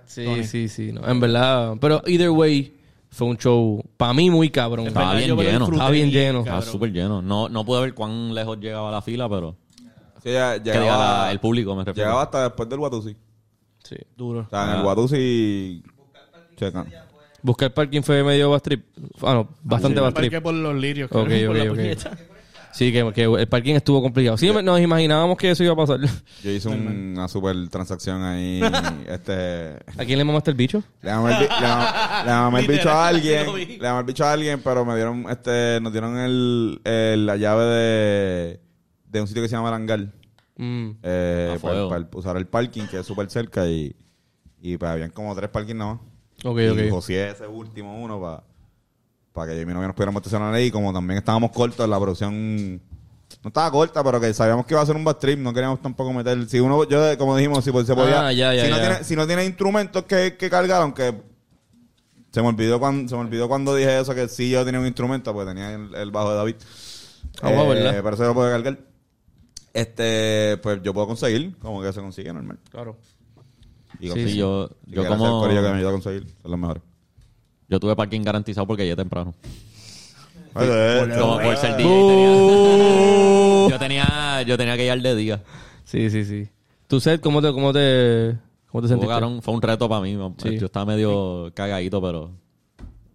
[SPEAKER 2] Sí, sí, sí, no, en verdad, pero either way fue un show para mí muy cabrón.
[SPEAKER 4] Es
[SPEAKER 3] Estaba
[SPEAKER 4] verdad,
[SPEAKER 3] bien
[SPEAKER 4] yo me lo
[SPEAKER 3] lleno.
[SPEAKER 4] disfruté
[SPEAKER 2] Estaba bien lleno.
[SPEAKER 3] Estaba
[SPEAKER 4] cabrón.
[SPEAKER 3] súper lleno. No, no pude ver cuán lejos llegaba la fila, pero...
[SPEAKER 1] Sí, ya-
[SPEAKER 3] que diga
[SPEAKER 1] llegaba,
[SPEAKER 3] la- el público, me refiero.
[SPEAKER 1] llegaba hasta después del Watusi.
[SPEAKER 2] Sí.
[SPEAKER 4] Duro.
[SPEAKER 1] O sea, en
[SPEAKER 3] Ah.
[SPEAKER 1] el Watusi... Checa.
[SPEAKER 2] Buscar parking fue medio bad trip. Ah, no, bastante
[SPEAKER 4] Sí,
[SPEAKER 2] bad
[SPEAKER 4] me parqué
[SPEAKER 2] trip.
[SPEAKER 4] por los lirios.
[SPEAKER 2] Ok,
[SPEAKER 4] cabrón,
[SPEAKER 2] ok,
[SPEAKER 4] por la
[SPEAKER 2] ok.
[SPEAKER 4] puñeta.
[SPEAKER 2] Sí, que, que el parking estuvo complicado. Sí, me- nos imaginábamos que eso iba a pasar.
[SPEAKER 1] Yo hice un- una super transacción ahí. este...
[SPEAKER 2] ¿A quién le mamaste el bicho?
[SPEAKER 1] Le mamé el, bi- le mam- le mamé el bicho a
[SPEAKER 4] Literal,
[SPEAKER 1] alguien.
[SPEAKER 4] lo vi.
[SPEAKER 1] Le mamé el bicho a alguien, pero me dieron, este, nos dieron el, el- la llave de, de un sitio que se llama Langal.
[SPEAKER 2] Mm.
[SPEAKER 1] Eh,
[SPEAKER 3] A
[SPEAKER 1] para,
[SPEAKER 3] fuego.
[SPEAKER 1] usar el parking, que es súper cerca. Y, y pues habían como tres parkings nada más.
[SPEAKER 2] Ok,
[SPEAKER 1] Y
[SPEAKER 2] ok.
[SPEAKER 1] José ese último uno para para que yo y mi novia nos pudiéramos estacionar ahí. Y como también estábamos cortos, la producción no estaba corta, pero que sabíamos que iba a ser un bad trip, no queríamos tampoco meter. Si uno, yo como dijimos, si pues, se podía.
[SPEAKER 2] Ah, ya, ya,
[SPEAKER 1] si, No
[SPEAKER 2] ya.
[SPEAKER 1] tiene, si no tiene instrumentos que, que cargar, aunque se me olvidó cuando se me olvidó cuando dije eso que sí yo tenía un instrumento, porque tenía el, el bajo de David. Eh,
[SPEAKER 2] Ah, guau, ¿verdad?
[SPEAKER 1] Pero eso yo lo puedo cargar. Este, pues yo puedo conseguir, como que se consigue normal.
[SPEAKER 2] Claro.
[SPEAKER 1] Y
[SPEAKER 2] Sí,
[SPEAKER 1] conseguí.
[SPEAKER 3] sí, yo-
[SPEAKER 1] Y
[SPEAKER 3] yo
[SPEAKER 1] gracias
[SPEAKER 3] como-
[SPEAKER 1] al corillo que me ayudó a conseguir, son los mejores.
[SPEAKER 3] Yo tuve parking garantizado porque llegué temprano. Como
[SPEAKER 1] Como
[SPEAKER 3] por ser DJ
[SPEAKER 2] Uh. Oh.
[SPEAKER 3] tenía- yo, tenía, yo tenía que ir de día.
[SPEAKER 2] Sí, sí, sí. ¿Tú, Seth, cómo te, cómo te, cómo te
[SPEAKER 3] Fue,
[SPEAKER 2] sentiste?
[SPEAKER 3] cabrón, fue un reto para mí. man.
[SPEAKER 2] Sí.
[SPEAKER 3] Yo estaba medio cagadito, pero...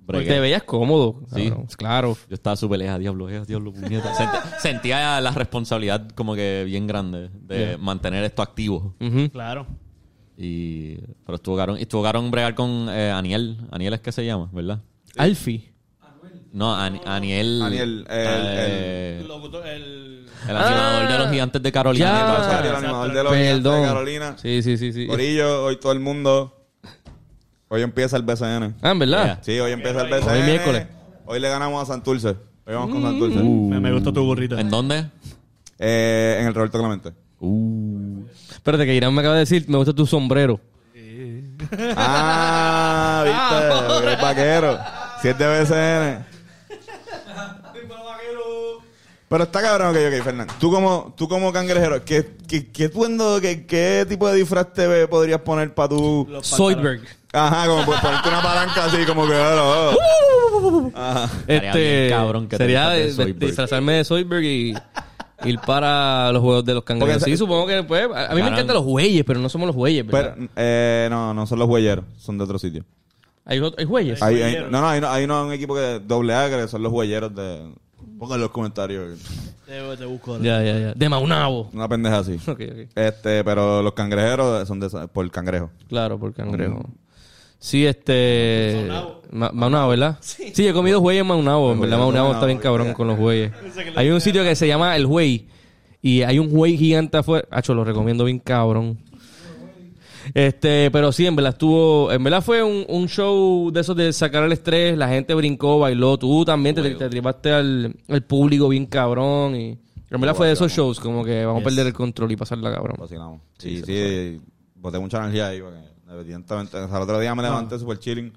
[SPEAKER 2] Porque
[SPEAKER 3] bregué.
[SPEAKER 2] te veías cómodo.
[SPEAKER 3] Sí.
[SPEAKER 2] cabrón. Claro.
[SPEAKER 3] Yo estaba súper lejos, diablo, eh, diablo, puñeta. Sent- sentía la responsabilidad como que bien grande de mantener esto activo.
[SPEAKER 2] Ujú.
[SPEAKER 4] [laughs] Claro.
[SPEAKER 3] Y, pero estuvo cabrón, y estuvo cabrón bregar con eh, Aniel. Aniel es que se llama, ¿verdad?
[SPEAKER 2] Alfie.
[SPEAKER 3] No, Ani- Aniel.
[SPEAKER 1] Aniel, el-
[SPEAKER 3] eh,
[SPEAKER 4] El locutor- el-
[SPEAKER 3] el animador
[SPEAKER 2] Ah,
[SPEAKER 3] de los gigantes de Carolina.
[SPEAKER 2] ya.
[SPEAKER 3] ¿qué pasa?
[SPEAKER 1] Ah, el animador de los
[SPEAKER 2] Perdón.
[SPEAKER 1] Gigantes de Carolina.
[SPEAKER 2] Sí, sí, sí, sí.
[SPEAKER 1] Corillo, hoy todo el mundo. Hoy empieza el BCN.
[SPEAKER 2] Ah, en verdad.
[SPEAKER 1] Sí, hoy empieza el BCN.
[SPEAKER 2] Hoy miércoles. Mm. Uh.
[SPEAKER 1] Hoy le ganamos a Santurce. Hoy vamos con Santurce.
[SPEAKER 4] Me, me gustó tu burrito.
[SPEAKER 3] Uh. ¿En dónde?
[SPEAKER 1] Eh, en el Roberto Clemente.
[SPEAKER 2] Uh. Espérate, que Irán me acaba de decir, me gusta tu sombrero.
[SPEAKER 1] Ah, viste, es vaquero. Si es de BCN. Pero está cabrón que yo, que Fernando. Tú como, tú como cangrejero, ¿qué, qué, qué atuendo, qué, qué tipo de disfraz te podrías poner para tu...
[SPEAKER 4] Los pantalones.
[SPEAKER 2] Soyberg.
[SPEAKER 1] Ajá, como por ponerte una palanca así, como que. ah, no, ah. Ajá.
[SPEAKER 3] Estaría
[SPEAKER 2] Este,
[SPEAKER 3] bien, cabrón, que te
[SPEAKER 2] sería
[SPEAKER 3] disfraces de
[SPEAKER 2] de- de-
[SPEAKER 3] Zoidberg.
[SPEAKER 2] disfrazarme de Soyberg y ir para los juegos de los cangrejos.
[SPEAKER 1] Porque
[SPEAKER 2] Sí,
[SPEAKER 1] esa-
[SPEAKER 2] supongo que pues, a a mí me
[SPEAKER 3] Cabrón.
[SPEAKER 2] encantan los güeyes, pero no somos los güeyes,
[SPEAKER 1] Pero,
[SPEAKER 2] ¿verdad?
[SPEAKER 1] eh, no, no son los huelleros, son de otro sitio.
[SPEAKER 2] ¿Hay, otro- hay güeyes?
[SPEAKER 1] Hay, hay-
[SPEAKER 4] Huelleros.
[SPEAKER 1] no, no, hay, no, hay no, un equipo que doble A, que son los huelleros de. Pongan en los comentarios.
[SPEAKER 4] Te, te busco. [laughs] ahora.
[SPEAKER 2] Ya, ya, ya. De Maunabo.
[SPEAKER 1] Una pendeja [laughs] así.
[SPEAKER 2] [laughs] Ok, ok.
[SPEAKER 1] Este, pero los cangrejeros son de, esa- por cangrejo.
[SPEAKER 2] Claro, por cangrejo. Sí, este.
[SPEAKER 4] Maunabo.
[SPEAKER 2] Ma- Maunabo, ¿verdad? Sí. yo he comido jueyes en Maunabo. En verdad, Maunabo está bien cabrón con los [laughs] jueyes. Hay un sitio que se llama El Juey. Y hay un juey gigante afuera. Hacho, lo recomiendo bien cabrón. Este, pero sí, en verdad estuvo. En verdad fue un, un show de esos de sacar el estrés. La gente brincó, bailó. Tú también te, te tripaste al, al público bien cabrón. Y en verdad fue de esos shows, como que vamos a perder el control y pasarla cabrón.
[SPEAKER 1] Vacilamos. Sí, sí, boté mucha energía ahí. Porque, evidentemente, o sea, el otro día me levanté super chilling.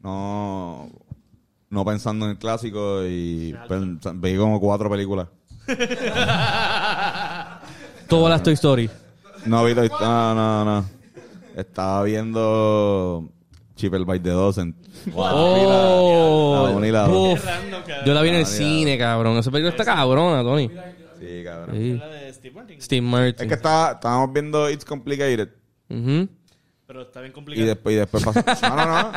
[SPEAKER 1] No, no pensando en el clásico y pens- vi como cuatro películas.
[SPEAKER 2] Todas las Toy Story.
[SPEAKER 1] No vi Toy- No, no, no. Estaba viendo Chipper by the Dozen.
[SPEAKER 2] Oh,
[SPEAKER 1] La una y la dos.
[SPEAKER 2] uf. yo la vi en
[SPEAKER 1] La una y
[SPEAKER 2] el
[SPEAKER 1] la
[SPEAKER 2] cine, cabrón. Esa película está cabrona, Tony.
[SPEAKER 1] Sí, cabrón.
[SPEAKER 2] Sí.
[SPEAKER 4] La de Steve Martin.
[SPEAKER 2] Steve
[SPEAKER 1] Es
[SPEAKER 2] Martin.
[SPEAKER 1] que estaba, estábamos viendo It's Complicated.
[SPEAKER 2] Ujú.
[SPEAKER 4] Pero está bien
[SPEAKER 1] Y
[SPEAKER 4] complicado.
[SPEAKER 1] después, y después pasó. No, no, no.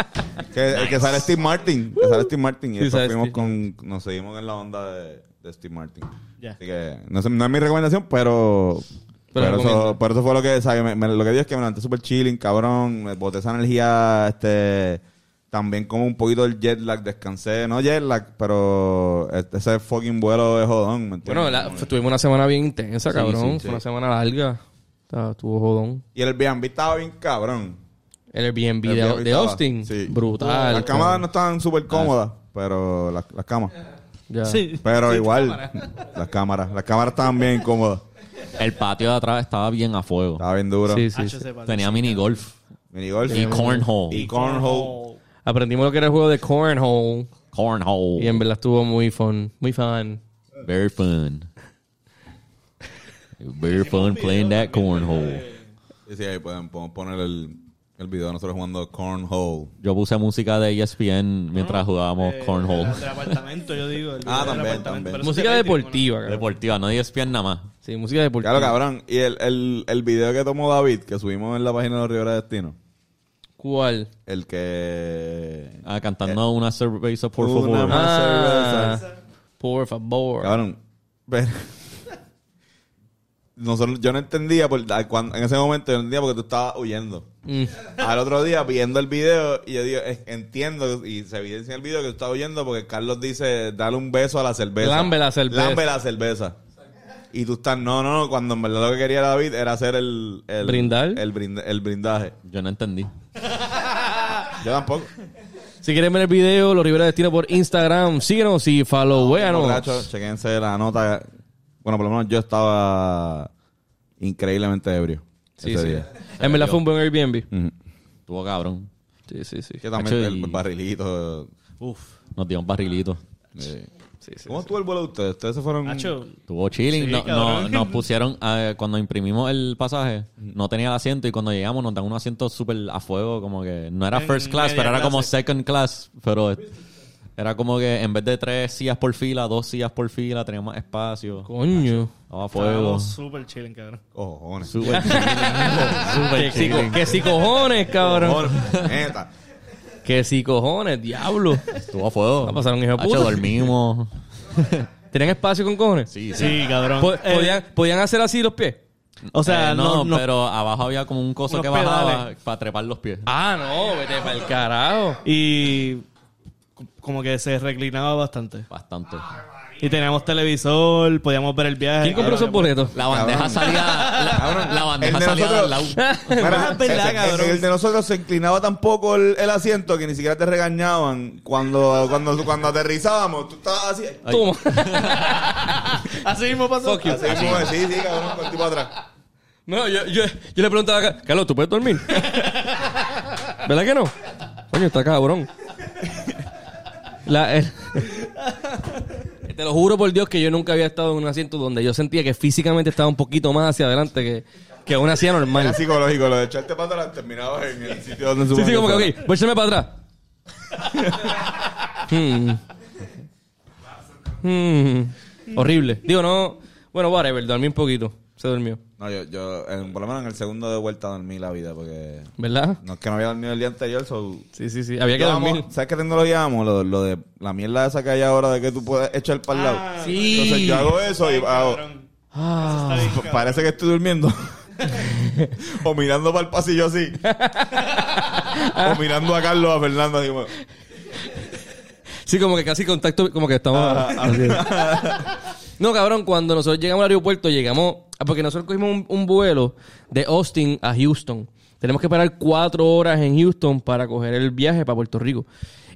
[SPEAKER 1] Que, que sale Steve Martin. Que sale Steve Martin. Y
[SPEAKER 2] Sí,
[SPEAKER 1] después
[SPEAKER 2] sale
[SPEAKER 1] fuimos
[SPEAKER 2] Steve.
[SPEAKER 1] con. Nos seguimos en la onda de, de Steve Martin.
[SPEAKER 4] Ya.
[SPEAKER 1] Así que. No, sé, no es mi recomendación, pero.
[SPEAKER 2] Pero
[SPEAKER 1] Pero,
[SPEAKER 2] recomiendo.
[SPEAKER 1] eso, pero eso fue lo que. ¿sabes? Me- me- lo que digo es que me levanté súper chilling, cabrón. Me boté esa energía. Este. También como un poquito el jet lag. Descansé. No jet lag, pero. este- Ese fucking vuelo de jodón. ¿me entiendes?
[SPEAKER 2] Bueno, la- tuvimos una semana bien intensa, cabrón.
[SPEAKER 1] sí, sí.
[SPEAKER 2] Fue una semana larga. Está- Estuvo jodón.
[SPEAKER 1] Y el Airbnb estaba bien cabrón.
[SPEAKER 2] El Airbnb,
[SPEAKER 1] El
[SPEAKER 2] de-
[SPEAKER 1] Airbnb
[SPEAKER 2] de,
[SPEAKER 1] estaba,
[SPEAKER 2] Austin.
[SPEAKER 1] sí.
[SPEAKER 2] Brutal. Ah.
[SPEAKER 1] Las
[SPEAKER 2] cabrón.
[SPEAKER 1] cámaras no estaban súper cómodas, pero las, las camas.
[SPEAKER 2] Ya.
[SPEAKER 1] Pero igual, [laughs] las cámaras. Las cámaras estaban bien cómodas.
[SPEAKER 3] El patio de atrás estaba bien a fuego.
[SPEAKER 1] Estaba bien duro.
[SPEAKER 2] Sí,
[SPEAKER 4] Ah,
[SPEAKER 2] sí, sí.
[SPEAKER 4] yo sé, padre.
[SPEAKER 3] Tenía mini golf
[SPEAKER 1] Minigolf.
[SPEAKER 3] y cornhole.
[SPEAKER 1] Y cornhole.
[SPEAKER 4] eh,
[SPEAKER 2] Aprendimos lo que era el juego de Cornhole. Y
[SPEAKER 3] cornhole.
[SPEAKER 2] en verdad estuvo muy fun. Muy fun.
[SPEAKER 3] Very fun. Very fun playing that cornhole.
[SPEAKER 1] Sí, sí, ahí pueden, podemos poner el, el video de nosotros jugando cornhole.
[SPEAKER 3] Yo puse música de E ESPN mientras jugábamos
[SPEAKER 4] Eh,
[SPEAKER 3] cornhole.
[SPEAKER 4] De, de apartamento, yo digo.
[SPEAKER 1] Ah,
[SPEAKER 4] el video del
[SPEAKER 1] también,
[SPEAKER 4] apartamento.
[SPEAKER 1] también.
[SPEAKER 4] Pero eso
[SPEAKER 2] Música
[SPEAKER 4] se mete con
[SPEAKER 2] deportiva, cabrón.
[SPEAKER 3] Deportiva, no E ESPN nada más.
[SPEAKER 2] Sí, música deportiva.
[SPEAKER 1] Claro, cabrón. Y el, el, el video que tomó David, que subimos en la página de los Rivera Destino,
[SPEAKER 2] ¿Cuál?
[SPEAKER 1] el que...
[SPEAKER 3] Ah,
[SPEAKER 4] Eh.
[SPEAKER 3] cantando una cerveza, por
[SPEAKER 1] Una
[SPEAKER 3] favor.
[SPEAKER 1] más
[SPEAKER 2] Ah,
[SPEAKER 1] cerveza.
[SPEAKER 2] por favor.
[SPEAKER 1] Pues, Cabrón. Pero... [laughs] Nosotros, yo no entendía, por, al- cuando- en ese momento yo no entendía porque tú estabas huyendo.
[SPEAKER 2] Mm.
[SPEAKER 1] Al otro día, viendo el video, y yo digo, "Es- entiendo, y se evidencia en el video que tú estás oyendo porque Carlos dice, dale un beso a la cerveza.
[SPEAKER 2] Lambe la cerveza.
[SPEAKER 1] Lambe la cerveza. Y tú estás, no, no, no, cuando en verdad lo que quería David era hacer el... el
[SPEAKER 2] ¿Brindar?
[SPEAKER 1] El, brind- el brindaje.
[SPEAKER 3] Yo no entendí.
[SPEAKER 1] Yo tampoco.
[SPEAKER 2] Si quieren ver el video, los Rivera Destino por Instagram, síguenos y
[SPEAKER 1] Muchachos,
[SPEAKER 2] followéanos.
[SPEAKER 1] chequense la nota. Bueno, por lo menos yo estaba increíblemente ebrio
[SPEAKER 2] Sí,
[SPEAKER 1] ese
[SPEAKER 2] sí.
[SPEAKER 1] día.
[SPEAKER 2] En verdad fue un buen Airbnb.
[SPEAKER 1] Ujú.
[SPEAKER 3] Estuvo cabrón.
[SPEAKER 2] Sí, sí, sí.
[SPEAKER 1] Que también
[SPEAKER 3] Hacho,
[SPEAKER 1] el
[SPEAKER 3] y-
[SPEAKER 1] barrilito.
[SPEAKER 4] Uf.
[SPEAKER 3] Nos dio un barrilito.
[SPEAKER 1] eh.
[SPEAKER 2] Sí, sí,
[SPEAKER 1] ¿Cómo estuvo el vuelo de ustedes? Ustedes se fueron...
[SPEAKER 4] Nacho,
[SPEAKER 3] Estuvo chilling.
[SPEAKER 4] Sí,
[SPEAKER 3] no, no,
[SPEAKER 4] cabrón.
[SPEAKER 3] nos pusieron, eh, cuando imprimimos el pasaje, no tenía el asiento y cuando llegamos nos dan un asiento súper a fuego, como que no era
[SPEAKER 4] En
[SPEAKER 3] first class,
[SPEAKER 4] media
[SPEAKER 3] pero era como
[SPEAKER 4] clase.
[SPEAKER 3] second class, pero era como que en vez de tres sillas por fila, dos sillas por fila, teníamos espacio.
[SPEAKER 2] Coño.
[SPEAKER 3] Estaba a fuego.
[SPEAKER 4] estábamos súper chilling, cabrón.
[SPEAKER 1] Cojones. [laughs]
[SPEAKER 3] Súper
[SPEAKER 2] Que
[SPEAKER 3] chilling.
[SPEAKER 2] si, co- que si cojones, cabrón.
[SPEAKER 1] Cojones, neta.
[SPEAKER 2] Que si cojones, diablo.
[SPEAKER 3] Estuvo a fuego.
[SPEAKER 2] Va a pasar un hijo de
[SPEAKER 3] Hacho,
[SPEAKER 2] puta. [laughs]
[SPEAKER 3] dormimos.
[SPEAKER 2] ¿Tenían espacio con cojones? [laughs]
[SPEAKER 3] Sí, sí.
[SPEAKER 4] Sí, cabrón.
[SPEAKER 2] Po-
[SPEAKER 4] Eh,
[SPEAKER 2] ¿Podían, podían hacer así los pies?
[SPEAKER 4] o sea,
[SPEAKER 3] Eh,
[SPEAKER 4] no,
[SPEAKER 3] no,
[SPEAKER 4] no-
[SPEAKER 3] pero abajo había como un coso
[SPEAKER 4] unos
[SPEAKER 3] que bajaba
[SPEAKER 4] pedales.
[SPEAKER 3] para trepar los pies.
[SPEAKER 2] Ah, no, vete para el carajo.
[SPEAKER 4] Y como que se reclinaba bastante.
[SPEAKER 3] Bastante.
[SPEAKER 4] Y teníamos televisor, podíamos ver el viaje.
[SPEAKER 2] ¿Quién compró esos
[SPEAKER 4] Cabrón,
[SPEAKER 2] boletos?
[SPEAKER 3] La bandeja
[SPEAKER 1] Cabrón.
[SPEAKER 3] salía.
[SPEAKER 1] [laughs]
[SPEAKER 3] La, la bandeja
[SPEAKER 1] El de
[SPEAKER 3] salía del lado.
[SPEAKER 1] nosotros-
[SPEAKER 2] [laughs]
[SPEAKER 1] Mira,
[SPEAKER 4] Es verdad,
[SPEAKER 1] ese-
[SPEAKER 4] cabrón.
[SPEAKER 1] en el de nosotros se inclinaba tan poco el, el asiento que ni siquiera te regañaban cuando, cuando, cuando aterrizábamos. Tú estabas así.
[SPEAKER 2] Toma.
[SPEAKER 4] Así mismo pasó.
[SPEAKER 2] Fuck you.
[SPEAKER 1] así como de- sí, sí, cabrón, con el tipo atrás.
[SPEAKER 2] No, yo, yo, yo le preguntaba a Ca- Carlos, ¿tú puedes [laughs] dormir? ¿Verdad que no? Coño, está cabrón. La- eh, el- Te lo juro por Dios que yo nunca había estado en un asiento donde yo sentía que físicamente estaba un poquito más hacia adelante que, que una silla normal.
[SPEAKER 1] Era psicológico, lo de echarte para atrás terminabas en el sitio donde
[SPEAKER 2] Sí, sí,
[SPEAKER 1] supongo
[SPEAKER 2] como que,
[SPEAKER 1] estaba.
[SPEAKER 2] ok, voy a echarme para atrás. [laughs] Hmm. Hmm. Horrible. Digo, no. Bueno, whatever, dormí un poquito. Se durmió.
[SPEAKER 1] No, yo, yo en- por lo menos en el segundo de vuelta dormí la vida porque
[SPEAKER 2] ¿Verdad?
[SPEAKER 1] no es que no había dormido el día anterior, so-
[SPEAKER 2] Sí, sí, sí. Había que
[SPEAKER 1] Yo amo-
[SPEAKER 2] dormir.
[SPEAKER 1] ¿Sabes qué tecnología amo? Lo, lo de la mierda esa que hay ahora de que tú puedes echar para el lado.
[SPEAKER 2] sí.
[SPEAKER 1] Entonces yo hago eso y hago,
[SPEAKER 4] Ah, Cabrón.
[SPEAKER 2] Ah.
[SPEAKER 4] Está bien,
[SPEAKER 1] "P-
[SPEAKER 2] [laughs]
[SPEAKER 4] cabrón.
[SPEAKER 1] parece que estoy durmiendo. o mirando para el pasillo así. o mirando a Carlos, a Fernando, así como...
[SPEAKER 2] Sí, como que casi contacto, como que estamos. Así es. [laughs] No, cabrón, cuando nosotros llegamos al aeropuerto, llegamos. ah, Porque nosotros cogimos un, un vuelo de Austin a Houston. Tenemos que parar cuatro horas en Houston para coger el viaje para Puerto Rico.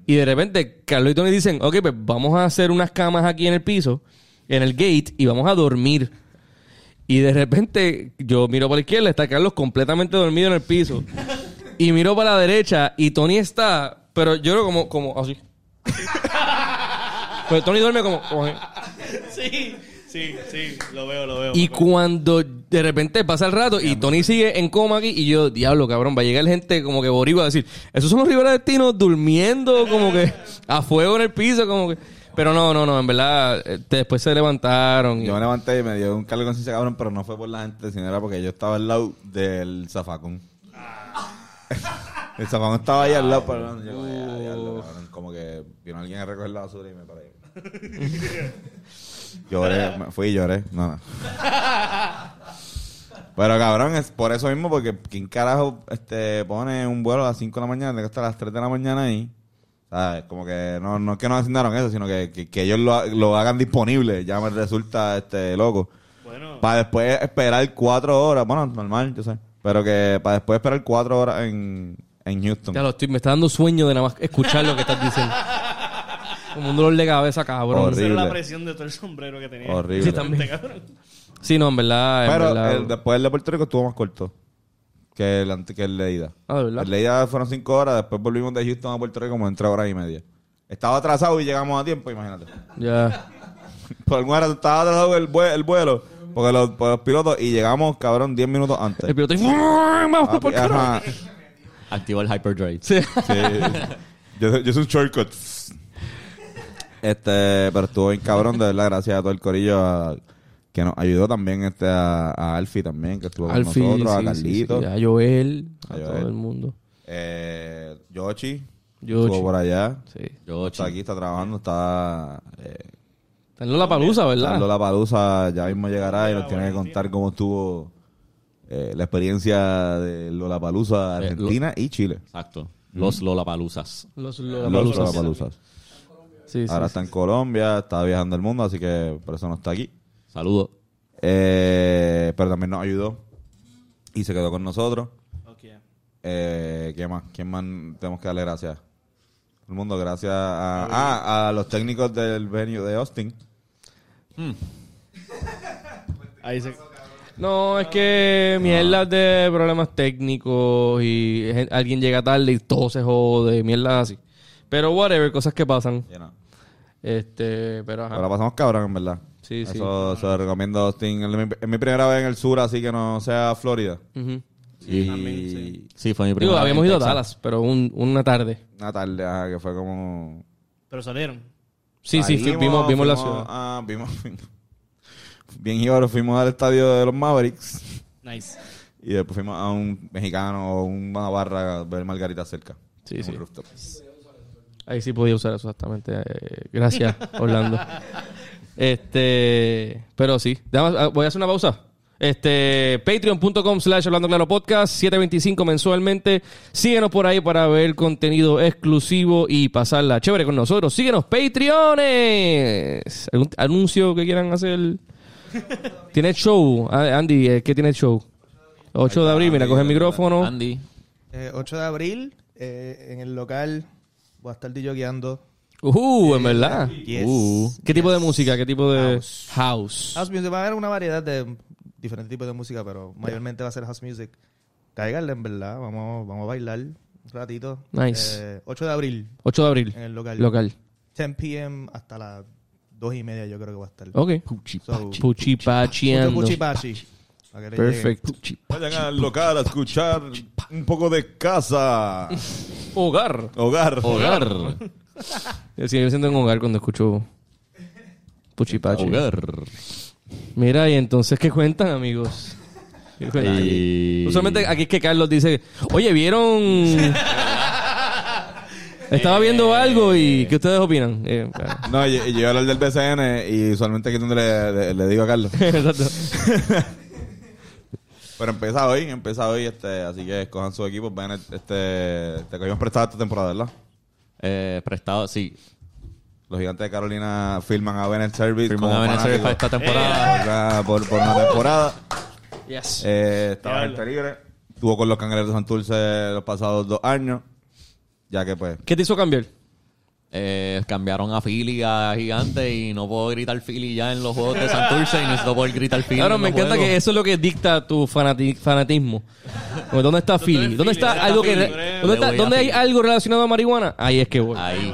[SPEAKER 2] Y de repente, Carlos y Tony dicen: Ok, pues vamos a hacer unas camas aquí en el piso, en el gate, y vamos a dormir. Y de repente, yo miro para la izquierda, está Carlos completamente dormido en el piso. Y miro para la derecha, y Tony está, pero yo creo como, como así. Pero Pues Tony duerme como. como así.
[SPEAKER 4] Sí, sí, sí, lo veo, lo veo.
[SPEAKER 2] Y cuando de repente pasa el rato y Tony sigue en coma aquí y yo, diablo, cabrón, va a llegar gente como que boricua a decir, esos son los Rivera Destinos durmiendo como que a fuego en el piso, como que... Pero no, no, no, en verdad, eh, después se levantaron. y-
[SPEAKER 1] Yo me levanté y me dio un calor de conciencia, cabrón, pero no fue por la gente, sino era porque yo estaba al lado del zafacón. el zafacón estaba ahí al lado, pero no, yo como, ya, diablo, cabrón, como que vino alguien a recoger la basura y me paré. lloré, me fui y lloré. No, no. Pero cabrón, es por eso mismo, porque ¿quién carajo este, pone un vuelo a las 5 de la mañana, tiene que estar a las 3 de la mañana ahí? ¿Sabes? Como que no, no es que nos asignaron eso, sino que, que, que ellos lo, ha- lo hagan disponible, ya me resulta este loco.
[SPEAKER 4] Bueno,
[SPEAKER 1] Para después esperar 4 horas, bueno, normal, yo sé, pero que para después esperar 4 horas en, en Houston.
[SPEAKER 2] Ya lo estoy, me está dando sueño de nada más escuchar lo que estás diciendo. Como un dolor de cabeza, cabrón.
[SPEAKER 1] Horrible.
[SPEAKER 4] esa era la presión de todo el sombrero que tenía.
[SPEAKER 1] Horrible.
[SPEAKER 2] Sí,
[SPEAKER 4] Este
[SPEAKER 2] también.
[SPEAKER 4] cabrón.
[SPEAKER 2] Sí, no, en verdad. en
[SPEAKER 1] Pero
[SPEAKER 2] verdad.
[SPEAKER 1] el, después el de Puerto Rico estuvo más corto que el, ante- que el de ida.
[SPEAKER 2] Ah, ¿de verdad?
[SPEAKER 1] El de ida fueron 5 horas, después volvimos de Houston a Puerto Rico como en 3 horas y media. Estaba atrasado y llegamos a tiempo, imagínate. [laughs]
[SPEAKER 2] Ya.
[SPEAKER 1] Por alguna razón estaba atrasado el, vue- el vuelo porque los, por los pilotos y llegamos, cabrón, 10 minutos antes.
[SPEAKER 2] El piloto... Vamos, por carajo.
[SPEAKER 1] Ajá.
[SPEAKER 3] Activa el hyperdrive.
[SPEAKER 2] Sí.
[SPEAKER 1] Sí.
[SPEAKER 2] [laughs]
[SPEAKER 1] yo, yo soy un shortcut. Este, pero estuvo bien cabrón, de verdad, gracias a todo el corillo a- que nos ayudó también este a, a Alfie también, que estuvo
[SPEAKER 2] Alfie,
[SPEAKER 1] con nosotros,
[SPEAKER 2] sí,
[SPEAKER 1] a
[SPEAKER 2] sí, sí,
[SPEAKER 1] Carlito,
[SPEAKER 2] a Joel, a,
[SPEAKER 1] A
[SPEAKER 2] todo
[SPEAKER 1] Joel.
[SPEAKER 2] el mundo.
[SPEAKER 1] eh, Yoshi,
[SPEAKER 2] Yoshi.
[SPEAKER 1] estuvo por allá,
[SPEAKER 2] Sí.
[SPEAKER 3] Yo,
[SPEAKER 1] está
[SPEAKER 3] chico.
[SPEAKER 1] aquí, está trabajando, está eh,
[SPEAKER 2] Está en la palusa, ¿verdad?
[SPEAKER 1] la palusa, ya mismo llegará y nos tiene que contar cómo estuvo eh, la experiencia de Lollapalooza
[SPEAKER 3] Eh, lo-
[SPEAKER 1] Argentina y Chile.
[SPEAKER 3] Exacto. Los Lollapaloozas.
[SPEAKER 2] Los
[SPEAKER 1] Los
[SPEAKER 2] Lollapaloozas.
[SPEAKER 1] Lollapaloozas.
[SPEAKER 2] Sí, sí,
[SPEAKER 1] Ahora
[SPEAKER 2] sí.
[SPEAKER 1] está en Colombia, está viajando el mundo, así que por eso no está aquí.
[SPEAKER 3] Saludos.
[SPEAKER 1] Eh, pero también nos ayudó y se quedó con nosotros.
[SPEAKER 4] Ok.
[SPEAKER 1] Eh, ¿Qué más? ¿Quién más tenemos que darle gracias? Todo el mundo, gracias a, ah, a los técnicos del venue de Austin.
[SPEAKER 4] Ahí se...
[SPEAKER 2] No, es que mierdas de problemas técnicos y gen- alguien llega tarde y todo se jode, mierdas así. Pero whatever, cosas que pasan.
[SPEAKER 1] You know.
[SPEAKER 2] Este, pero ajá.
[SPEAKER 1] Pero la pasamos cabrón, en verdad.
[SPEAKER 2] Sí,
[SPEAKER 1] eso,
[SPEAKER 2] sí.
[SPEAKER 1] se lo recomiendo a Austin. Es mi, es mi primera vez en el sur, así que no sea Florida.
[SPEAKER 2] Ujú.
[SPEAKER 3] Sí,
[SPEAKER 4] también, sí.
[SPEAKER 3] Sí, fue mi primera
[SPEAKER 2] Digo,
[SPEAKER 3] vez
[SPEAKER 2] habíamos
[SPEAKER 3] en
[SPEAKER 2] ido a
[SPEAKER 3] Texas.
[SPEAKER 2] Dallas, pero un- una tarde.
[SPEAKER 1] Una tarde, ajá, que fue como...
[SPEAKER 4] Pero salieron.
[SPEAKER 2] Sí, sí,
[SPEAKER 1] Salimos,
[SPEAKER 2] fu- vimos, vimos la
[SPEAKER 1] fuimos-
[SPEAKER 2] ciudad.
[SPEAKER 1] Ah, vimos... Bien jíbaros, fuimos al estadio de los Mavericks.
[SPEAKER 4] Nice.
[SPEAKER 1] Y después fuimos a un mexicano o una barra a ver Margarita cerca.
[SPEAKER 2] Sí,
[SPEAKER 1] En
[SPEAKER 2] sí.
[SPEAKER 1] un rooftop.
[SPEAKER 2] Ahí sí podía usar eso exactamente. Eh, gracias, Orlando. este, pero sí. Dame- ah, voy a hacer una pausa. Este, patreon.com slash Orlando Claro Podcast, 725 mensualmente. Síguenos por ahí para ver contenido exclusivo y pasarla chévere con nosotros. Síguenos, Patreones. ¿Algún t- anuncio que quieran hacer? ¿Tiene show? Ah, Andy, eh, ¿qué tiene show? 8 de abril, mira, coge el micrófono.
[SPEAKER 3] Andy.
[SPEAKER 5] Eh, 8 de abril, eh, en el local, voy a estar guiando.
[SPEAKER 2] Uh, en verdad.
[SPEAKER 5] Yes.
[SPEAKER 3] Uh.
[SPEAKER 2] ¿Qué tipo de música? ¿Qué tipo de
[SPEAKER 5] House.
[SPEAKER 2] house?
[SPEAKER 5] House music, va a haber una variedad de diferentes tipos de música, pero mayormente va a ser house music. Cáiganle, en verdad, vamos, vamos a bailar un ratito.
[SPEAKER 2] Nice.
[SPEAKER 5] Eh, 8 de abril,
[SPEAKER 2] 8 de abril.
[SPEAKER 5] en el local.
[SPEAKER 2] Local.
[SPEAKER 5] 10 p.m. hasta las 2 y media yo creo que va a estar.
[SPEAKER 2] Ok.
[SPEAKER 5] So,
[SPEAKER 2] Puchipacheando.
[SPEAKER 5] mucho cuchipachi. Para que le
[SPEAKER 2] Perfect.
[SPEAKER 1] Vayan al local a escuchar un poco de casa.
[SPEAKER 2] Hogar.
[SPEAKER 1] Hogar.
[SPEAKER 3] Hogar.
[SPEAKER 2] Sí, yo me siento en hogar cuando escucho
[SPEAKER 1] Ah,
[SPEAKER 2] Puchipachi.
[SPEAKER 3] Hogar.
[SPEAKER 2] Mira, y entonces, ¿qué cuentan, amigos? ¿Qué cuentan?
[SPEAKER 3] Y-
[SPEAKER 2] Usualmente aquí es que Carlos dice, oye, ¿vieron...? Estaba viendo algo y ¿qué ustedes opinan? Eh, [laughs] claro.
[SPEAKER 1] No, y, y yo hablo del BCN y usualmente aquí es donde le, le- le digo a Carlos.
[SPEAKER 2] Exacto.
[SPEAKER 1] Pero Pero empieza hoy, empieza hoy, este, así que escojan su equipo. Ven, este, te cogimos prestado esta temporada, ¿verdad?
[SPEAKER 3] Eh, prestado, sí.
[SPEAKER 1] Los gigantes de Carolina firman a Bennett Service.
[SPEAKER 3] Firman
[SPEAKER 1] como
[SPEAKER 3] a Bennett Service para
[SPEAKER 1] fanático.
[SPEAKER 3] esta temporada.
[SPEAKER 1] Por, por- por una temporada.
[SPEAKER 2] Yes.
[SPEAKER 1] Eh, estaba
[SPEAKER 4] Diablo.
[SPEAKER 1] gente libre. Estuvo con los cangrejeros de Santurce los pasados dos años. Ya que pues.
[SPEAKER 2] ¿Qué te hizo cambiar?
[SPEAKER 3] Eh, cambiaron a Philly a Gigante y no puedo gritar Philly ya en los juegos de Santurce y necesito poder gritar Philly.
[SPEAKER 2] Claro,
[SPEAKER 3] en
[SPEAKER 2] me
[SPEAKER 3] los
[SPEAKER 2] encanta
[SPEAKER 3] juegos.
[SPEAKER 2] que eso es lo que dicta tu fanati- fanatismo. Como, ¿Dónde está Philly?
[SPEAKER 4] eres
[SPEAKER 2] ¿Dónde
[SPEAKER 4] Philly,
[SPEAKER 2] está
[SPEAKER 4] eres
[SPEAKER 2] algo
[SPEAKER 4] Philly,
[SPEAKER 2] que
[SPEAKER 4] tú
[SPEAKER 2] re-
[SPEAKER 4] eres-
[SPEAKER 2] ¿Dónde,
[SPEAKER 3] Le
[SPEAKER 2] está-
[SPEAKER 3] voy a
[SPEAKER 2] dónde hay
[SPEAKER 3] Philly.
[SPEAKER 2] algo relacionado a marihuana? Ahí es que
[SPEAKER 1] Pues,
[SPEAKER 2] voy.
[SPEAKER 3] Ahí.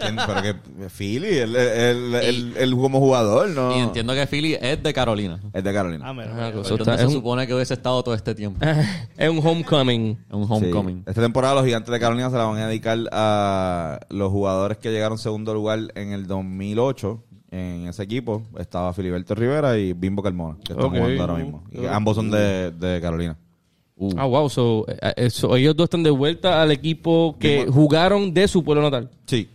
[SPEAKER 1] ¿quién? Pero que Philly, el, el, el, el- el como jugador, ¿no?
[SPEAKER 3] Y entiendo que Philly es de Carolina.
[SPEAKER 1] Es de Carolina.
[SPEAKER 4] Ah, mira,
[SPEAKER 2] Ah,
[SPEAKER 4] mira.
[SPEAKER 2] cosa,
[SPEAKER 3] Eso
[SPEAKER 2] está-
[SPEAKER 3] se
[SPEAKER 2] es, un,
[SPEAKER 3] supone que hubiese estado todo este tiempo.
[SPEAKER 2] [laughs] es un homecoming.
[SPEAKER 3] Es un
[SPEAKER 1] Sí.
[SPEAKER 3] homecoming.
[SPEAKER 1] Esta temporada los gigantes de Carolina se la van a dedicar a los jugadores que llegaron segundo lugar en el 2008. En ese equipo estaba Filiberto Rivera y Bimbo Carmona, que están
[SPEAKER 2] Ok.
[SPEAKER 1] jugando ahora mismo. Y ambos son de, de Carolina.
[SPEAKER 3] Uh.
[SPEAKER 2] Ah, wow. So, eh, eh, so ellos dos están de vuelta al equipo que
[SPEAKER 1] Bien.
[SPEAKER 2] jugaron de su pueblo natal.
[SPEAKER 1] Sí.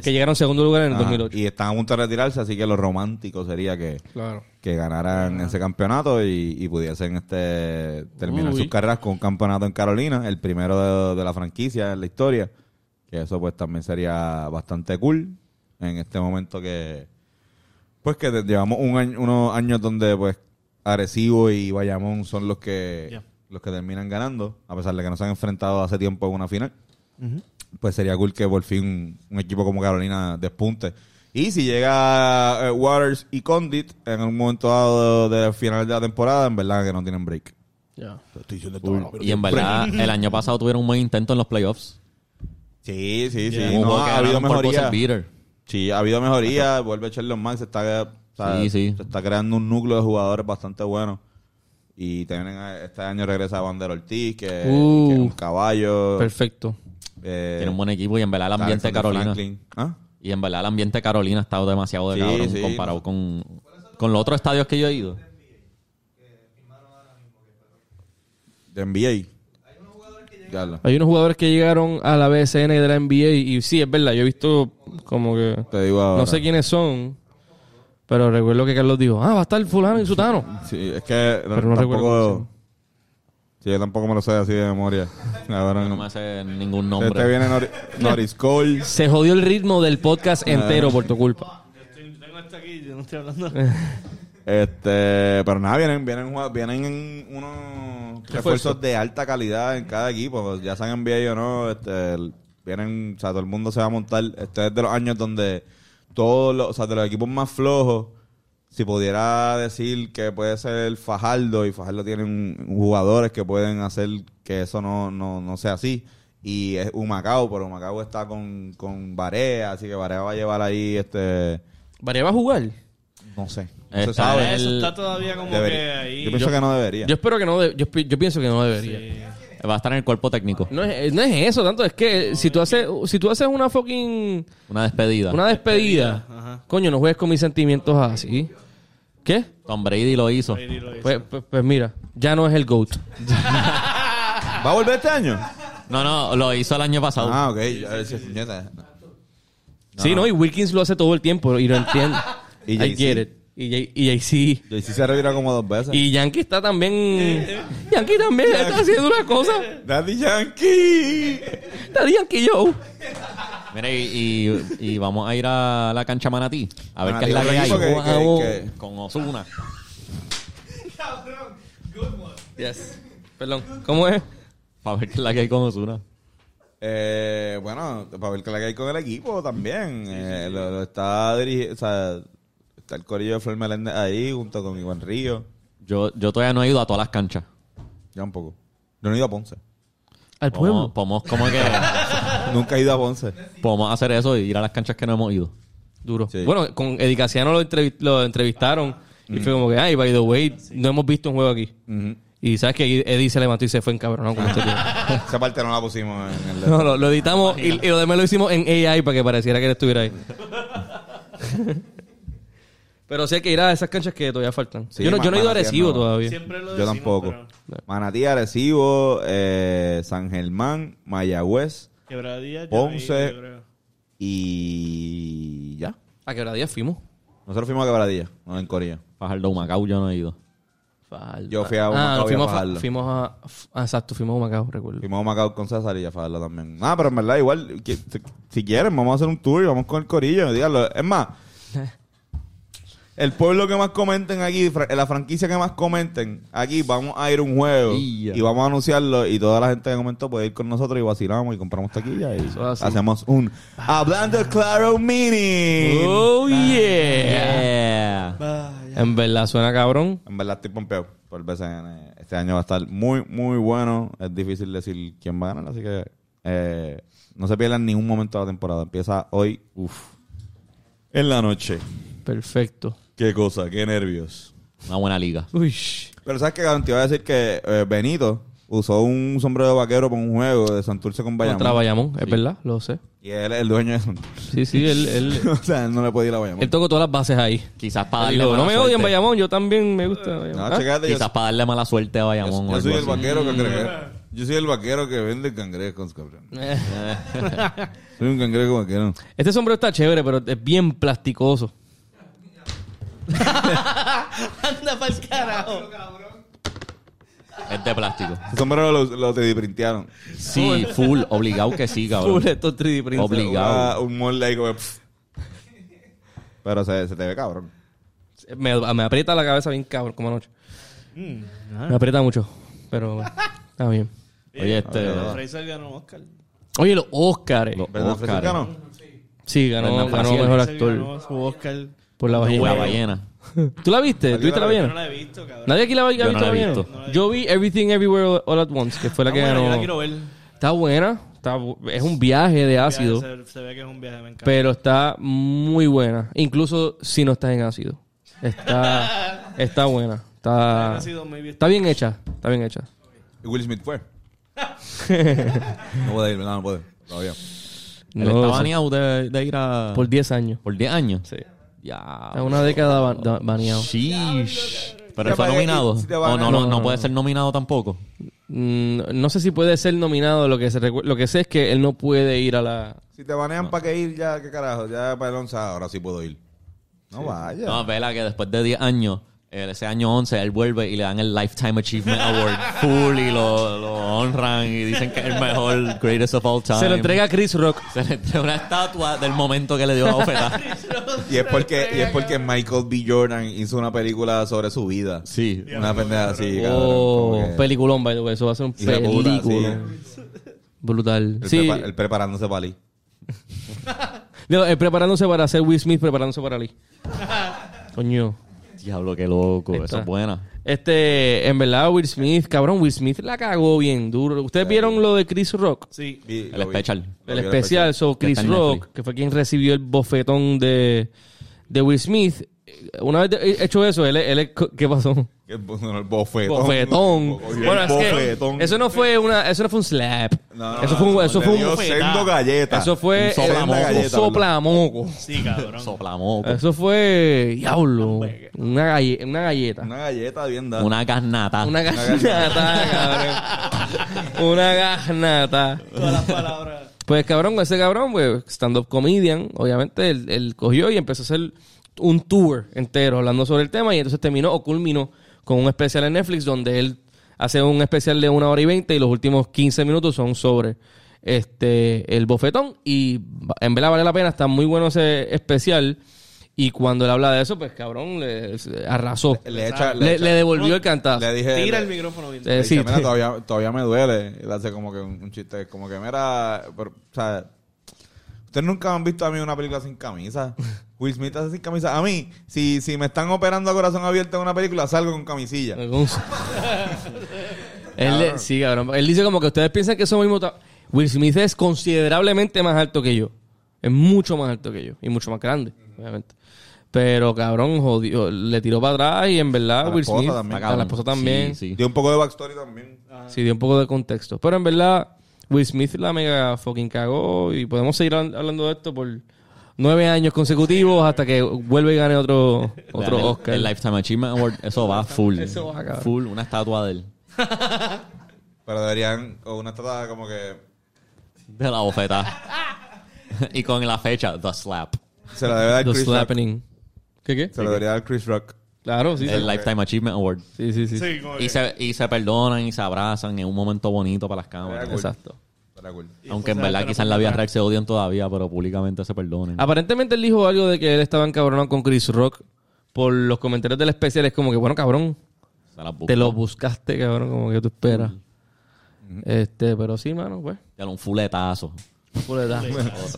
[SPEAKER 2] Que llegaron segundo lugar en el
[SPEAKER 1] Ajá.
[SPEAKER 2] 2008.
[SPEAKER 1] Y están a punto de retirarse, así que lo romántico sería que,
[SPEAKER 2] Claro.
[SPEAKER 1] que ganaran ese campeonato y, y pudiesen este terminar
[SPEAKER 2] Uy.
[SPEAKER 1] sus carreras con un campeonato en Carolina, el primero de, de la franquicia en la historia. Que eso pues también sería bastante cool en este momento que pues que te- llevamos un año- unos años donde pues Arecibo y Bayamón son los que
[SPEAKER 4] Ya.
[SPEAKER 1] los que terminan ganando, a pesar de que no se han enfrentado hace tiempo en una final pues sería cool que por fin un equipo como Carolina despunte. Y si llega eh, Waters y Condit en un momento dado de final de la temporada, en verdad que no tienen break.
[SPEAKER 3] Y en verdad, el año pasado tuvieron un buen intento en los playoffs.
[SPEAKER 1] Sí, sí, sí.
[SPEAKER 3] Hubo
[SPEAKER 1] No,
[SPEAKER 3] que
[SPEAKER 1] ha habido
[SPEAKER 3] ganaron por
[SPEAKER 1] mejoría.
[SPEAKER 3] buzzer beater.
[SPEAKER 1] Sí, ha habido mejoría. Vuelve Sherlock Max. Se está, o sea,
[SPEAKER 3] Sí, sí.
[SPEAKER 1] se está creando un núcleo de jugadores bastante bueno. Y también eh, este año regresa Vander Ortiz, que,
[SPEAKER 2] Uh.
[SPEAKER 1] que es un caballo.
[SPEAKER 2] Perfecto.
[SPEAKER 1] Eh,
[SPEAKER 3] Tiene un buen equipo y en verdad el ambiente de
[SPEAKER 1] Alexander
[SPEAKER 3] Carolina.
[SPEAKER 1] Franklin. ¿Ah?
[SPEAKER 3] Y en verdad el ambiente de Carolina ha estado demasiado de
[SPEAKER 1] Sí,
[SPEAKER 3] cabrón
[SPEAKER 1] sí.
[SPEAKER 3] comparado con, con los otros estadios que yo he ido.
[SPEAKER 1] De NBA. Ya lo-
[SPEAKER 2] Hay unos jugadores que llegaron a la BSN de la NBA y sí, es verdad. Yo he visto como que...
[SPEAKER 1] Te digo ahora.
[SPEAKER 2] No sé quiénes son, pero recuerdo que Carlos dijo, ah, va a estar fulano y sutano.
[SPEAKER 1] Sí, es que
[SPEAKER 2] Pero no recuerdo cómo
[SPEAKER 1] tampoco... Sí, yo tampoco me lo sé así de memoria. Ahora
[SPEAKER 3] No
[SPEAKER 1] no.
[SPEAKER 3] me hace ningún
[SPEAKER 1] Este
[SPEAKER 3] nombre.
[SPEAKER 1] viene Nor- Norris Cole.
[SPEAKER 2] Se jodió el ritmo del podcast entero por tu culpa.
[SPEAKER 4] Yo estoy- tengo esto aquí, yo no estoy hablando.
[SPEAKER 1] Este, pero nada, vienen, vienen, jugad- vienen en unos refuerzos de alta calidad en cada equipo, pues, ya sean NBA o no, este, el- vienen, o sea, todo el mundo se va a montar. Este es de los años donde todos los, o sea, de los equipos más flojos, si pudiera decir que puede ser Fajardo, y Fajardo tiene un- jugadores que pueden hacer que eso no, no, no sea así. Y es Humacao, pero Humacao está con, con Barea, así que Barea va a llevar ahí, este,
[SPEAKER 2] Varea va a jugar.
[SPEAKER 1] no sé. No se
[SPEAKER 3] Está
[SPEAKER 2] Ah,
[SPEAKER 1] sabe.
[SPEAKER 3] el-
[SPEAKER 4] Eso está todavía como que
[SPEAKER 1] Debería.
[SPEAKER 4] ahí.
[SPEAKER 1] Yo pienso que no debería.
[SPEAKER 2] Yo espero que no, de- yo, pi- yo pienso que no debería.
[SPEAKER 3] Va a estar en el cuerpo técnico.
[SPEAKER 2] No, es, eh, no es eso tanto, es que eh, si tú haces si tú haces una fucking
[SPEAKER 3] Una despedida.
[SPEAKER 2] una despedida, coño, no juegues con mis sentimientos así. ¿Qué?
[SPEAKER 3] Tom Brady lo hizo.
[SPEAKER 4] Brady lo hizo.
[SPEAKER 2] Pues, pues- pues mira, ya no es el GOAT.
[SPEAKER 1] ¿Va a volver este año?
[SPEAKER 3] No, no, lo hizo el año pasado.
[SPEAKER 1] Ah, ok. A ver si- puñeta.
[SPEAKER 2] Sí, no, y Wilkins lo hace todo el tiempo y lo entiendo.
[SPEAKER 1] Y
[SPEAKER 2] I
[SPEAKER 1] Jay-Z.
[SPEAKER 2] get it. [laughs] Y Jay- y Jay-Z.
[SPEAKER 1] Yo sí se retiró como dos veces.
[SPEAKER 2] Y Yankee está también. [laughs] Yankee también está haciendo una cosa.
[SPEAKER 1] Daddy Yankee.
[SPEAKER 2] Está Yankee yo.
[SPEAKER 3] Mira, y, y- y vamos a ir a la cancha Manatí. A ver qué es la que hay.
[SPEAKER 1] Manatí, que- que-
[SPEAKER 3] Wow.
[SPEAKER 1] que-
[SPEAKER 3] Con Osuna.
[SPEAKER 2] Yes. Perdón. ¿Cómo es?
[SPEAKER 3] Para ver qué es la que hay con Osuna.
[SPEAKER 1] Eh, bueno, para ver qué es la que hay con el equipo también. Eh, lo, lo está dirigiendo. O sea, está el corillo de Flor Meléndez ahí junto con Iván Río.
[SPEAKER 3] Yo, yo todavía no he ido a todas las canchas.
[SPEAKER 1] Yo tampoco. Yo no he ido a Ponce.
[SPEAKER 2] Al
[SPEAKER 3] Podemos, podemos como que
[SPEAKER 2] [laughs]
[SPEAKER 1] Nunca he ido a Ponce.
[SPEAKER 3] podemos hacer eso y ir a las canchas que no hemos ido.
[SPEAKER 2] Duro.
[SPEAKER 1] Sí.
[SPEAKER 2] Bueno, con Edicaciano lo, entrevi- lo entrevistaron. Y fue como que, ay, by the way, no hemos visto un juego aquí.
[SPEAKER 1] Ujú.
[SPEAKER 2] Y sabes que Eddie se levantó y se fue en cabrón.
[SPEAKER 1] [laughs] Esa parte no la pusimos en el.
[SPEAKER 2] No, lo, lo editamos y, y lo demás lo hicimos en AI para que pareciera que
[SPEAKER 1] [laughs]
[SPEAKER 2] él estuviera ahí. Pero sé que ir a esas canchas que todavía faltan.
[SPEAKER 1] Sí,
[SPEAKER 2] yo, no, yo no he ido a
[SPEAKER 1] Manatí,
[SPEAKER 2] Arecibo
[SPEAKER 1] no.
[SPEAKER 2] todavía.
[SPEAKER 4] Siempre lo
[SPEAKER 1] Yo
[SPEAKER 4] decimos,
[SPEAKER 1] tampoco.
[SPEAKER 4] pero
[SPEAKER 1] Manatí, Arecibo, eh, San Germán, Mayagüez
[SPEAKER 4] Quebradilla. yo
[SPEAKER 1] Ponce.
[SPEAKER 4] ahí, yo
[SPEAKER 2] eh,
[SPEAKER 4] creo.
[SPEAKER 1] y ya.
[SPEAKER 2] A quebradía fuimos.
[SPEAKER 1] Nosotros fuimos a Quebradilla, no en Corilla.
[SPEAKER 3] Fajardo Macao yo no he ido.
[SPEAKER 2] Falda.
[SPEAKER 1] Yo fui a
[SPEAKER 2] ah,
[SPEAKER 1] Humacao y
[SPEAKER 2] no,
[SPEAKER 1] a
[SPEAKER 2] fuimos, a
[SPEAKER 1] Fajardo.
[SPEAKER 2] fuimos a... ah, exacto, fuimos a Macao, recuerdo.
[SPEAKER 1] Fuimos a Macao con César y a Fajardo también. Ah, pero en verdad, igual, que- si- si quieren, vamos a hacer un tour y vamos con el corillo. Díganlo. Es
[SPEAKER 2] [laughs]
[SPEAKER 1] más, el pueblo que más comenten aquí, fra- la franquicia que más comenten aquí, vamos a ir a un juego
[SPEAKER 3] Ya.
[SPEAKER 1] y vamos a anunciarlo. Y toda la gente que comentó puede ir con nosotros y vacilamos y compramos taquilla y
[SPEAKER 2] Eso es así.
[SPEAKER 1] hacemos un Hablando Claro Mini.
[SPEAKER 2] Oh, yeah.
[SPEAKER 3] Yeah.
[SPEAKER 4] Vaya.
[SPEAKER 2] En verdad suena cabrón.
[SPEAKER 1] En verdad, estoy pompeo por el BCN. Este año va a estar muy, muy bueno. Es difícil decir quién va a ganar, así que eh, no se pierdan ningún momento de la temporada. Empieza hoy. Uf. En la noche.
[SPEAKER 2] Perfecto.
[SPEAKER 1] Qué cosa, qué nervios.
[SPEAKER 3] Una buena liga.
[SPEAKER 2] Uy.
[SPEAKER 1] Pero ¿sabes qué, Galán? Te iba a decir que eh, Benito usó un sombrero de vaquero para un juego de Santurce con Bayamón.
[SPEAKER 2] Contra Bayamón, es verdad, lo sé.
[SPEAKER 1] Y él es el dueño de Santurce.
[SPEAKER 2] Sí, sí, él, él,
[SPEAKER 1] [laughs] o sea, él no le puede ir a Bayamón.
[SPEAKER 2] él tocó todas las bases ahí.
[SPEAKER 3] Quizás para
[SPEAKER 2] Él
[SPEAKER 3] darle
[SPEAKER 2] dijo,
[SPEAKER 3] mala
[SPEAKER 2] no me
[SPEAKER 3] suerte.
[SPEAKER 2] odien Bayamón, yo también me gusta Bayamón.
[SPEAKER 1] No,
[SPEAKER 2] Ah,
[SPEAKER 1] checate, yo,
[SPEAKER 3] Quizás para darle mala suerte a Bayamón. o
[SPEAKER 1] yo soy
[SPEAKER 3] algo
[SPEAKER 1] el
[SPEAKER 3] así.
[SPEAKER 1] vaquero que cangreja. [laughs] Yo soy el vaquero que vende cangrejos, [laughs] cabrón. soy un cangrejo vaquero.
[SPEAKER 2] Este sombrero está chévere, pero es bien plasticoso.
[SPEAKER 4] Anda pa'l carajo.
[SPEAKER 3] Es de plástico.
[SPEAKER 1] Ese sombrero lo, lo 3D printearon.
[SPEAKER 3] Sí, full. Obligado que sí, cabrón.
[SPEAKER 2] Full, esto es 3D print.
[SPEAKER 3] Obli- Obligado.
[SPEAKER 1] Ah, un molde ahí como... pff. Pero se, se te ve cabrón.
[SPEAKER 2] Me, me aprieta la cabeza bien cabrón, como anoche. Mm, Me aprieta mucho, pero bueno, está bien.
[SPEAKER 3] Oye, este.
[SPEAKER 1] Ah.
[SPEAKER 4] Fraser ganó un Oscar.
[SPEAKER 2] Oye, los Oscars.
[SPEAKER 3] Los
[SPEAKER 1] ¿Verdad,
[SPEAKER 3] Óscares.
[SPEAKER 1] Franciscano?
[SPEAKER 2] Sí, ganó,
[SPEAKER 3] Fernan
[SPEAKER 2] ganó
[SPEAKER 3] Frazier.
[SPEAKER 2] mejor
[SPEAKER 4] Fraser
[SPEAKER 2] actor
[SPEAKER 4] ganó su Oscar.
[SPEAKER 2] por la
[SPEAKER 3] La
[SPEAKER 2] ballena.
[SPEAKER 3] ballena.
[SPEAKER 2] ¿Tú la viste?
[SPEAKER 1] Nadie
[SPEAKER 2] ¿Tuviste la
[SPEAKER 1] la
[SPEAKER 4] Yo
[SPEAKER 2] ballena?
[SPEAKER 4] no la he visto, cabrón.
[SPEAKER 2] Nadie aquí la ha ha
[SPEAKER 3] Yo no
[SPEAKER 2] visto
[SPEAKER 3] la
[SPEAKER 2] la
[SPEAKER 3] he
[SPEAKER 2] ballena.
[SPEAKER 3] visto.
[SPEAKER 2] Yo vi Everything Everywhere All at Once, que fue la
[SPEAKER 4] Está
[SPEAKER 2] que ganó.
[SPEAKER 4] buena, Ah, Yo la quiero ver.
[SPEAKER 2] Está buena. Está bu- es un viaje de ácido,
[SPEAKER 4] Se, se ve que es un viaje, me encanta.
[SPEAKER 2] pero está muy buena. Incluso si no estás en ácido. Está, está buena. Está,
[SPEAKER 4] Ha sido muy bien.
[SPEAKER 2] está bien hecha. Está bien hecha.
[SPEAKER 1] ¿Y Will Smith [laughs] fue? no puedo ir, ¿verdad? No puedo. Todavía.
[SPEAKER 3] Él
[SPEAKER 2] No,
[SPEAKER 3] está
[SPEAKER 2] sí,
[SPEAKER 3] baneado de, de ir a.
[SPEAKER 2] por 10 años.
[SPEAKER 3] por 10 años.
[SPEAKER 2] Sí.
[SPEAKER 3] Ya.
[SPEAKER 1] Ah,
[SPEAKER 2] Está una década ba- da- baneado.
[SPEAKER 1] Mm,
[SPEAKER 3] Sheesh. Pero
[SPEAKER 1] Te
[SPEAKER 3] él fue
[SPEAKER 1] van a-
[SPEAKER 3] nominado.
[SPEAKER 1] si te van
[SPEAKER 3] O
[SPEAKER 1] a-
[SPEAKER 3] no, no,
[SPEAKER 2] No,
[SPEAKER 3] no
[SPEAKER 2] no.
[SPEAKER 3] puede ser nominado tampoco.
[SPEAKER 2] Mm, no sé si puede ser nominado. Lo que, se recu- lo que sé es que él no puede ir a la...
[SPEAKER 1] Si te banean para que ir, ya, ¿qué carajo? Ya para el 11, ahora sí puedo ir. No vaya.
[SPEAKER 3] No, vela que después de 10 años, eh, ese año 11, él vuelve y le dan el Lifetime
[SPEAKER 1] [laughs]
[SPEAKER 3] Achievement Award full y lo, lo honran y dicen que es el mejor, greatest of all time.
[SPEAKER 2] Se lo entrega a Chris Rock.
[SPEAKER 3] Se le entrega una estatua del momento que le dio
[SPEAKER 1] [laughs]
[SPEAKER 3] la oferta.
[SPEAKER 1] Y es porque, y es porque Michael B. Jordan hizo una película sobre su vida.
[SPEAKER 3] Sí.
[SPEAKER 1] Una pendeja así, cabrón.
[SPEAKER 2] Oh,
[SPEAKER 1] como que-
[SPEAKER 2] peliculón, by the way. Eso va a ser un
[SPEAKER 1] y de puta,
[SPEAKER 2] película.
[SPEAKER 1] sí.
[SPEAKER 2] Brutal.
[SPEAKER 1] Él
[SPEAKER 2] Sí,
[SPEAKER 1] prepa- él preparándose para ir.
[SPEAKER 2] Digo, eh, preparándose para hacer Will Smith, preparándose
[SPEAKER 1] [laughs]
[SPEAKER 2] para Lee. Coño.
[SPEAKER 3] Diablo, qué loco. Eso
[SPEAKER 2] está.
[SPEAKER 3] es buena.
[SPEAKER 2] Este, en verdad, Will Smith, cabrón, Will Smith la cagó bien duro. ¿Ustedes vieron lo de Chris Rock?
[SPEAKER 4] Sí.
[SPEAKER 1] Vi-
[SPEAKER 3] El
[SPEAKER 1] lo vi.
[SPEAKER 3] special.
[SPEAKER 1] Lo
[SPEAKER 2] El
[SPEAKER 1] vi en
[SPEAKER 2] especial, so
[SPEAKER 3] Que está
[SPEAKER 2] Chris
[SPEAKER 3] en Netflix.
[SPEAKER 2] Rock, que fue quien recibió el bofetón de, de Will Smith. Eh, Una vez de- hecho eso, él, él ¿qué pasó?
[SPEAKER 1] El bofetón.
[SPEAKER 2] Bofetón.
[SPEAKER 1] Oye, [laughs]
[SPEAKER 2] Bueno,
[SPEAKER 1] el
[SPEAKER 2] es que
[SPEAKER 1] bofetón.
[SPEAKER 2] eso no fue una, eso no fue un slap.
[SPEAKER 1] No, no,
[SPEAKER 2] eso fue
[SPEAKER 1] no,
[SPEAKER 2] un,
[SPEAKER 1] no,
[SPEAKER 2] eso
[SPEAKER 1] le
[SPEAKER 2] fue
[SPEAKER 1] dio
[SPEAKER 2] un,
[SPEAKER 1] sendo galleta.
[SPEAKER 2] eso
[SPEAKER 1] Un
[SPEAKER 2] fue
[SPEAKER 1] soplamoco.
[SPEAKER 2] eh, un
[SPEAKER 1] Galleta, ¿verdad?
[SPEAKER 2] soplamoco.
[SPEAKER 4] Sí, cabrón.
[SPEAKER 3] Soplamoco.
[SPEAKER 2] Eso fue, diablo, una, galle- una galleta.
[SPEAKER 1] Una galleta bien dada.
[SPEAKER 3] Una
[SPEAKER 1] Ah.
[SPEAKER 3] garnata.
[SPEAKER 2] Una garnata, cabrón. Una garnata.
[SPEAKER 4] Todas las palabras.
[SPEAKER 2] Pues cabrón, ese cabrón, pues, stand-up comedian, obviamente, él, él cogió y empezó a hacer un tour entero hablando sobre el tema y entonces terminó o culminó con un especial en Netflix donde él hace un especial de una hora y veinte y los últimos 15 minutos son sobre este el bofetón y va- en verdad vale la pena, está muy bueno ese especial y cuando él habla de eso, pues cabrón, le se- arrasó.
[SPEAKER 1] Le echa-
[SPEAKER 2] Le,
[SPEAKER 1] le
[SPEAKER 2] le
[SPEAKER 1] echa-
[SPEAKER 2] devolvió el cantazo.
[SPEAKER 1] Le dije.
[SPEAKER 4] Tira
[SPEAKER 1] le-
[SPEAKER 4] el micrófono bien.
[SPEAKER 2] Eh,
[SPEAKER 1] le dije,
[SPEAKER 2] sí,
[SPEAKER 1] mira,
[SPEAKER 2] te-
[SPEAKER 1] todavía, todavía me duele. Él hace como que un, un chiste, como que, mira, pero, o sea, ustedes nunca han visto a mí una película sin camisa. Will Smith hace sin camisa. A mí, si, si me están operando a corazón abierto en una película, salgo con camisilla.
[SPEAKER 2] Algún- [laughs] Él, le- sí, cabrón. Él dice como que ustedes piensan que somos mismo. Will Smith es considerablemente más alto que yo. Es mucho más alto que yo. Y mucho más grande, obviamente. Pero cabrón, jodió. Le tiró para atrás y en verdad
[SPEAKER 1] A la
[SPEAKER 2] Will
[SPEAKER 1] esposa
[SPEAKER 2] Smith.
[SPEAKER 1] también,
[SPEAKER 2] a
[SPEAKER 1] cabrón.
[SPEAKER 2] la esposa también. Sí,
[SPEAKER 3] Sí, sí.
[SPEAKER 1] Dio un poco de backstory también.
[SPEAKER 2] dio un poco de contexto. Pero en verdad, Will Smith la mega fucking cagó. Y podemos seguir hablan- hablando de esto por nueve años consecutivos hasta que vuelve y gane [laughs] otro, otro
[SPEAKER 3] El-
[SPEAKER 2] Oscar.
[SPEAKER 3] El Lifetime Achievement Award.
[SPEAKER 2] [laughs]
[SPEAKER 3] Eso va full.
[SPEAKER 2] Eso va, cabrón.
[SPEAKER 3] Full. Una estatua de él.
[SPEAKER 1] Pero deberían, o una tratada como que
[SPEAKER 3] De la bofeta.
[SPEAKER 2] [laughs]
[SPEAKER 3] y con la fecha, The Slap.
[SPEAKER 1] se la debe dar
[SPEAKER 2] The
[SPEAKER 1] Chris Rock.
[SPEAKER 2] slapping. ¿Qué qué?
[SPEAKER 1] Se la debería dar Chris Rock.
[SPEAKER 2] Claro, sí.
[SPEAKER 3] el Lifetime Achievement Award.
[SPEAKER 2] Sí, sí, sí.
[SPEAKER 4] Sí, como que-
[SPEAKER 3] Y se, y se perdonan y se abrazan en un momento bonito para las cámaras.
[SPEAKER 1] Era cool.
[SPEAKER 2] Exacto.
[SPEAKER 1] Era cool.
[SPEAKER 4] y
[SPEAKER 3] Aunque en
[SPEAKER 4] entonces,
[SPEAKER 3] verdad
[SPEAKER 4] pero-
[SPEAKER 3] quizás en la vida real se odian todavía, pero públicamente se perdonen.
[SPEAKER 2] Ah, Aparentemente él dijo algo de que él estaba encabronado con Chris Rock por los comentarios del especial. Es como que, bueno, cabrón,
[SPEAKER 3] Se las
[SPEAKER 2] te
[SPEAKER 3] buscan.
[SPEAKER 2] lo buscaste, cabrón, como que tú esperas. Este, pero sí, mano, pues.
[SPEAKER 3] Te lo un fuletazo.
[SPEAKER 2] Puleta.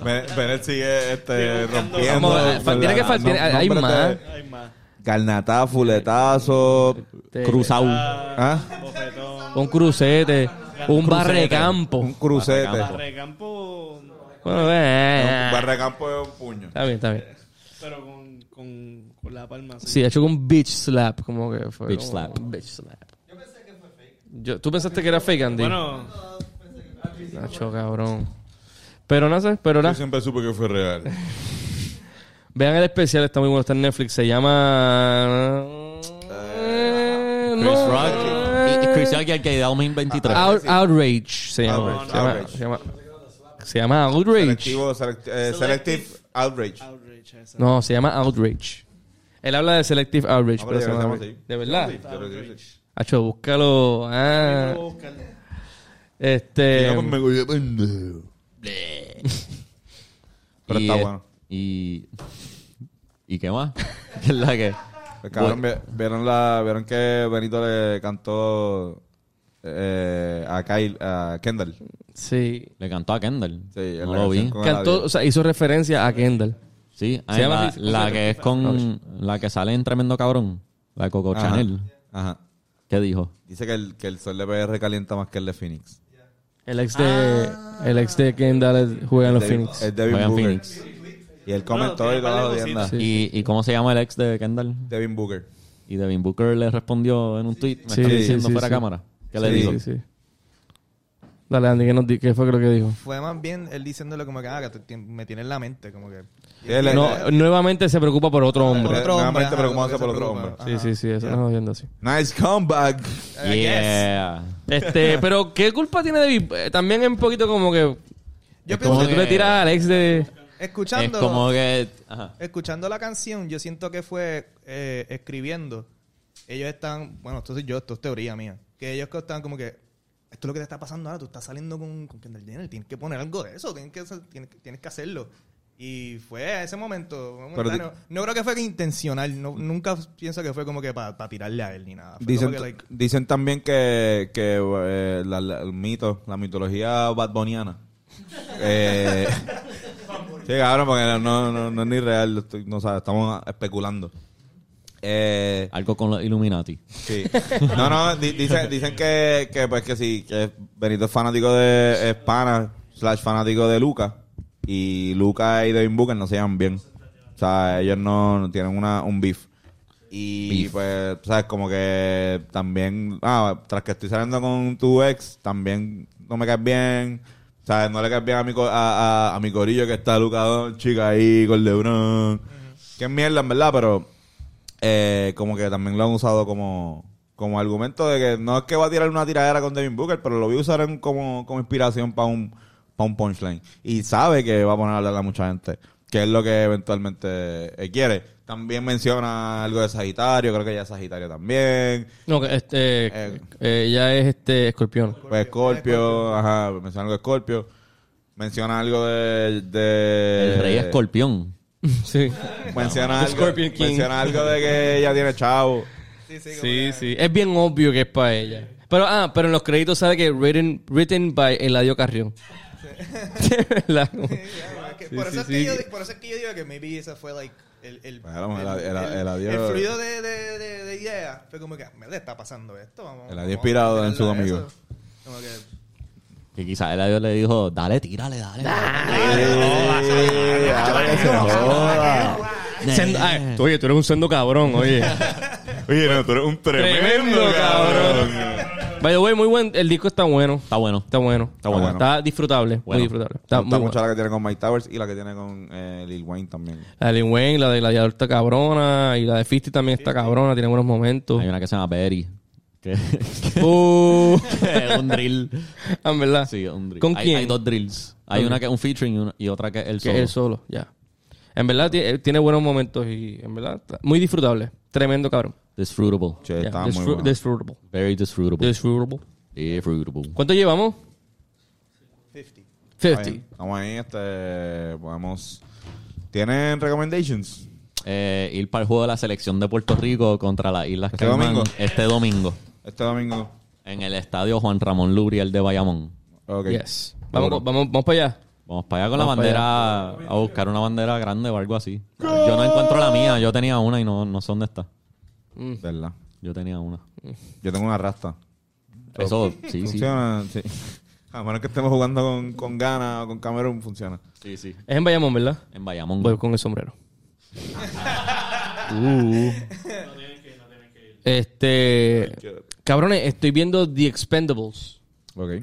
[SPEAKER 1] Bennett Bennett sigue este, rompiendo.
[SPEAKER 2] Vamos, eh,
[SPEAKER 1] ¿verdad?
[SPEAKER 2] tiene que fal- tiene- hay
[SPEAKER 1] nombres
[SPEAKER 2] más.
[SPEAKER 1] de-
[SPEAKER 4] Hay más.
[SPEAKER 1] Garnatá, fuletazo.
[SPEAKER 2] Te-
[SPEAKER 3] Cruzado.
[SPEAKER 1] ¿ah?
[SPEAKER 4] Bofetón.
[SPEAKER 2] Un crucete, un barre de campo.
[SPEAKER 1] Un crucete.
[SPEAKER 3] Barracampo.
[SPEAKER 4] Barrecampo,
[SPEAKER 2] Bueno, eh,
[SPEAKER 1] Un barracampo es un puño.
[SPEAKER 2] Está bien, está bien.
[SPEAKER 4] pero con, con, con la palma. así.
[SPEAKER 2] Sí, ha hecho con un bitch slap, como que fue.
[SPEAKER 3] Bitch
[SPEAKER 2] como
[SPEAKER 3] slap.
[SPEAKER 2] un Bitch slap. Yo pensé que fue fake. ¿Tú pensaste que era fake, Andy?
[SPEAKER 4] Bueno,
[SPEAKER 2] Nacho, cabrón. Pero no sé, pero
[SPEAKER 1] Yo
[SPEAKER 2] nada.
[SPEAKER 1] siempre supe que fue real.
[SPEAKER 2] Vean el especial, está muy bueno, está en Netflix. Se llama.
[SPEAKER 3] Chris
[SPEAKER 1] Eh,
[SPEAKER 2] No.
[SPEAKER 3] Rock.
[SPEAKER 2] eh.
[SPEAKER 3] Y- y Chris Rock y el que da un 23.
[SPEAKER 2] Out- Outrage se llama.
[SPEAKER 1] Outrage. Outrage.
[SPEAKER 2] Se, llama se llama- se llama Outrage.
[SPEAKER 1] Selectivo, select- eh, selective outrage.
[SPEAKER 4] outrage esa.
[SPEAKER 2] No, se llama Outrage. Él habla de Selective Outrage,
[SPEAKER 1] Ah,
[SPEAKER 2] pero
[SPEAKER 1] pero ya
[SPEAKER 2] se llama
[SPEAKER 1] estamos
[SPEAKER 2] Outrage.
[SPEAKER 1] ahí.
[SPEAKER 2] De verdad.
[SPEAKER 4] Outrage.
[SPEAKER 2] Hacho, búscalo. Ah,
[SPEAKER 4] Voy a buscar.
[SPEAKER 2] este.
[SPEAKER 1] Y yo pues, me voy a pendejo.
[SPEAKER 2] [laughs]
[SPEAKER 1] Pero
[SPEAKER 3] Y,
[SPEAKER 1] está
[SPEAKER 3] eh,
[SPEAKER 1] bueno.
[SPEAKER 3] Y. ¿Y qué más? [laughs] ¿Qué es la que?
[SPEAKER 1] El cabrón, vi- vieron, la, vieron que Benito le cantó eh, a, Kyle, a Kendall.
[SPEAKER 2] Sí.
[SPEAKER 3] Le cantó a Kendall.
[SPEAKER 1] Sí, en
[SPEAKER 3] no
[SPEAKER 1] la
[SPEAKER 3] lo vi.
[SPEAKER 1] canción con
[SPEAKER 2] Cantó,
[SPEAKER 1] Eladio.
[SPEAKER 2] o sea, hizo referencia a Kendall.
[SPEAKER 3] Sí, ah,
[SPEAKER 2] Se llama
[SPEAKER 3] la,
[SPEAKER 2] así,
[SPEAKER 3] la que es con. La que sale en Tremendo Cabrón. La de Coco
[SPEAKER 1] Ajá.
[SPEAKER 3] Chanel.
[SPEAKER 1] Ajá.
[SPEAKER 3] ¿Qué dijo?
[SPEAKER 1] Dice que el, que el sol de PR calienta más que el de Phoenix.
[SPEAKER 2] El ex de, el ex de Kendall es- juega en los
[SPEAKER 1] El de-
[SPEAKER 2] Phoenix.
[SPEAKER 1] El Devin
[SPEAKER 3] Juegan
[SPEAKER 1] Booker.
[SPEAKER 3] Phoenix.
[SPEAKER 1] Y él comentó
[SPEAKER 4] tiene
[SPEAKER 1] y toda la
[SPEAKER 4] par de
[SPEAKER 1] jodienda.
[SPEAKER 4] cositas.
[SPEAKER 3] ¿Y, ¿Y cómo se llama el ex de Kendall?
[SPEAKER 1] Devin Booker.
[SPEAKER 3] Y Devin Booker le respondió en un tweet. Me
[SPEAKER 2] Sí,
[SPEAKER 3] están
[SPEAKER 2] sí,
[SPEAKER 3] diciendo
[SPEAKER 2] sí,
[SPEAKER 3] fuera
[SPEAKER 2] sí.
[SPEAKER 3] cámara. ¿Qué le
[SPEAKER 2] Sí,
[SPEAKER 3] digo?
[SPEAKER 2] sí, sí. Dale, Andy, ¿qué, nos di- qué fue lo que dijo?
[SPEAKER 5] Fue más bien él diciéndole como que, ah, que te- tien- me tiene en la mente, como que...
[SPEAKER 1] Él- él-
[SPEAKER 2] No, nuevamente se preocupa por otro
[SPEAKER 5] Por
[SPEAKER 2] hombre.
[SPEAKER 5] otro hombre,
[SPEAKER 1] Nuevamente
[SPEAKER 5] ajá,
[SPEAKER 1] preocupándose
[SPEAKER 5] como
[SPEAKER 1] por
[SPEAKER 5] que se
[SPEAKER 1] otro
[SPEAKER 5] preocupa.
[SPEAKER 2] Sí,
[SPEAKER 5] Ajá.
[SPEAKER 2] sí, sí, eso estamos viendo así.
[SPEAKER 1] Nice comeback.
[SPEAKER 3] Yeah.
[SPEAKER 2] Este, pero ¿qué culpa tiene David? Eh, También es un poquito como que.
[SPEAKER 5] Yo
[SPEAKER 2] es como
[SPEAKER 5] pienso
[SPEAKER 2] que tú le
[SPEAKER 3] que-
[SPEAKER 2] tiras al ex de.
[SPEAKER 3] Es
[SPEAKER 5] Escuchando,
[SPEAKER 3] como que. Ajá.
[SPEAKER 5] escuchando la canción, yo siento que fue eh, escribiendo. Ellos están, bueno, esto soy yo, esto es teoría mía. Que ellos que están como que, esto es lo que te está pasando ahora, tú estás saliendo con, con Kendall Jenner, tienes que poner algo de eso, tienes que, hacer- tienes, que- tienes que hacerlo. Y fue a ese momento. vamos a
[SPEAKER 1] Pero
[SPEAKER 5] estar-
[SPEAKER 1] di-
[SPEAKER 5] no, no creo que fue intencional, no- nunca pienso que fue como que para tirarle a él ni nada. Fue
[SPEAKER 1] Dicen,
[SPEAKER 5] como que, like,
[SPEAKER 1] dicen también que, que eh, la, la- el mito, la mitología
[SPEAKER 5] [laughs]
[SPEAKER 1] badboniana. eh, sí, cabrón, porque no, no, no es ni real. estoy- no, o sea, estamos especulando. Eh,
[SPEAKER 3] Algo con los Illuminati.
[SPEAKER 1] Sí. No, no, di- dicen, dicen que, que, pues que sí, que Benito es fanático de es pana, slash fanático de Luca. Y Luca y Devin Booker no se llevan bien. O sea, ellos no, no tienen una, un beef. Y
[SPEAKER 3] Beef.
[SPEAKER 1] pues, sabes, como que también, ah, tras que estoy saliendo con tu ex, también no me caes bien. O sea, no le caes bien a mi, co- a, a- a mi corillo que está Luca Doncic ahí con LeBron. Qué mierda, en verdad, pero eh, como que también lo han usado como, como argumento de que no es que va a tirar una tiradera con Devin Booker, pero lo voy a usar en- como, como inspiración para un, pa' un punchline. Y sabe que va a poner a hablar a mucha gente, que es lo que eventualmente eh, quiere. También menciona algo de Sagitario, creo que ya es Sagitario también.
[SPEAKER 2] No, que este.
[SPEAKER 1] Eh.
[SPEAKER 2] eh, ya es este escorpión.
[SPEAKER 1] Pues Scorpio, ajá, menciona algo de Scorpio. Menciona algo de... de
[SPEAKER 3] El
[SPEAKER 1] Eh.
[SPEAKER 3] rey escorpión.
[SPEAKER 2] [laughs] Sí.
[SPEAKER 1] Menciona algo,
[SPEAKER 2] Scorpion King.
[SPEAKER 1] menciona algo de que ella tiene chavo.
[SPEAKER 5] sí, sí, como
[SPEAKER 2] Sí,
[SPEAKER 5] que-
[SPEAKER 2] sí. Es bien obvio que es para ella. Pero, ah, pero en los créditos sabe que written, written by Eladio Carrión. [laughs] De verdad.
[SPEAKER 5] Ah, que
[SPEAKER 2] Sí,
[SPEAKER 5] por,
[SPEAKER 2] sí,
[SPEAKER 5] eso es
[SPEAKER 2] sí.
[SPEAKER 5] que yo, di- por eso es que yo digo que maybe esa fue like el, el,
[SPEAKER 1] Bueno,
[SPEAKER 5] el,
[SPEAKER 1] el- el- el adiós.
[SPEAKER 5] el fluido de, de, de, de idea. Fue como que, me está pasando esto. Vamos,
[SPEAKER 1] El adiós
[SPEAKER 5] vamos a
[SPEAKER 1] inspirado en su
[SPEAKER 5] tirarlo a
[SPEAKER 1] amigo.
[SPEAKER 5] eso. Como que,
[SPEAKER 3] Que quizás él a Dios le dijo, dale, tírale, dale.
[SPEAKER 2] Ah,
[SPEAKER 1] Ey, ahora que se
[SPEAKER 2] Ah,
[SPEAKER 1] joda.
[SPEAKER 2] Sendo- ay, tú- oye, tú eres un sendo cabrón, oye.
[SPEAKER 1] Oye, no, tú eres un
[SPEAKER 2] By the way, muy buen. El disco está bueno.
[SPEAKER 3] Está bueno.
[SPEAKER 2] Está bueno.
[SPEAKER 1] Está bueno.
[SPEAKER 2] Está disfrutable.
[SPEAKER 3] Bueno.
[SPEAKER 2] Muy disfrutable.
[SPEAKER 1] Me
[SPEAKER 2] Está
[SPEAKER 1] gusta
[SPEAKER 2] muy
[SPEAKER 1] mucho
[SPEAKER 2] bueno.
[SPEAKER 1] la que tiene con Mike Towers y la que tiene con eh, Lil Wayne también.
[SPEAKER 2] La de Lil Wayne, la de Gladiador está cabrona. Y la de Fisty también está cabrona. Tiene buenos momentos.
[SPEAKER 3] Hay una que se llama Berry. Que [laughs] que
[SPEAKER 2] Uh, [laughs]
[SPEAKER 3] es un drill.
[SPEAKER 2] ah, en verdad.
[SPEAKER 3] Sí, es un drill.
[SPEAKER 2] ¿Con
[SPEAKER 3] Hay-
[SPEAKER 2] quién?
[SPEAKER 3] Hay dos drills. Hay
[SPEAKER 2] Ok.
[SPEAKER 3] una que es un featuring y, una- y otra que es el
[SPEAKER 2] que
[SPEAKER 3] solo.
[SPEAKER 2] él solo, ya. En verdad ti- eh, tiene buenos momentos y en verdad está muy disfrutable. Tremendo cabrón.
[SPEAKER 3] Disfrutable.
[SPEAKER 1] Che,
[SPEAKER 2] Yeah,
[SPEAKER 1] está
[SPEAKER 2] disfru-
[SPEAKER 1] muy bueno.
[SPEAKER 2] Disfrutable.
[SPEAKER 3] Very disfrutable.
[SPEAKER 2] Disfrutable.
[SPEAKER 3] Disfrutable.
[SPEAKER 2] ¿Cuánto llevamos?
[SPEAKER 5] 50.
[SPEAKER 2] 50.
[SPEAKER 1] Estamos ahí, este, podemos... ¿Tienen recommendations?
[SPEAKER 3] Eh, ir para el juego de la selección de Puerto Rico contra las Islas
[SPEAKER 1] Este
[SPEAKER 3] Caimán
[SPEAKER 1] domingo.
[SPEAKER 3] este domingo
[SPEAKER 1] Este domingo.
[SPEAKER 3] en el estadio Juan Ramón Lubriel de Bayamón.
[SPEAKER 1] Ok.
[SPEAKER 2] Yes. Vamos,
[SPEAKER 1] Duro.
[SPEAKER 2] vamos, vamos para allá.
[SPEAKER 3] Vamos para allá con
[SPEAKER 2] Vamos
[SPEAKER 3] la
[SPEAKER 2] para
[SPEAKER 3] bandera a buscar una bandera grande o algo así. Yo no encuentro la mía, yo tenía una y no, no sé dónde está.
[SPEAKER 1] Mm.
[SPEAKER 2] Mm.
[SPEAKER 1] ¿Verdad?
[SPEAKER 3] Yo tenía una.
[SPEAKER 1] Yo tengo una rasta.
[SPEAKER 3] Eso, sí, sí.
[SPEAKER 1] Funciona, sí. [laughs] A menos que estemos jugando con, con Ghana o con Camerún, funciona.
[SPEAKER 3] Sí, sí.
[SPEAKER 2] Es en Bayamón, ¿verdad?
[SPEAKER 3] En Bayamón.
[SPEAKER 2] Voy con el sombrero. Este. Cabrones, estoy viendo The Expendables.
[SPEAKER 1] Ok.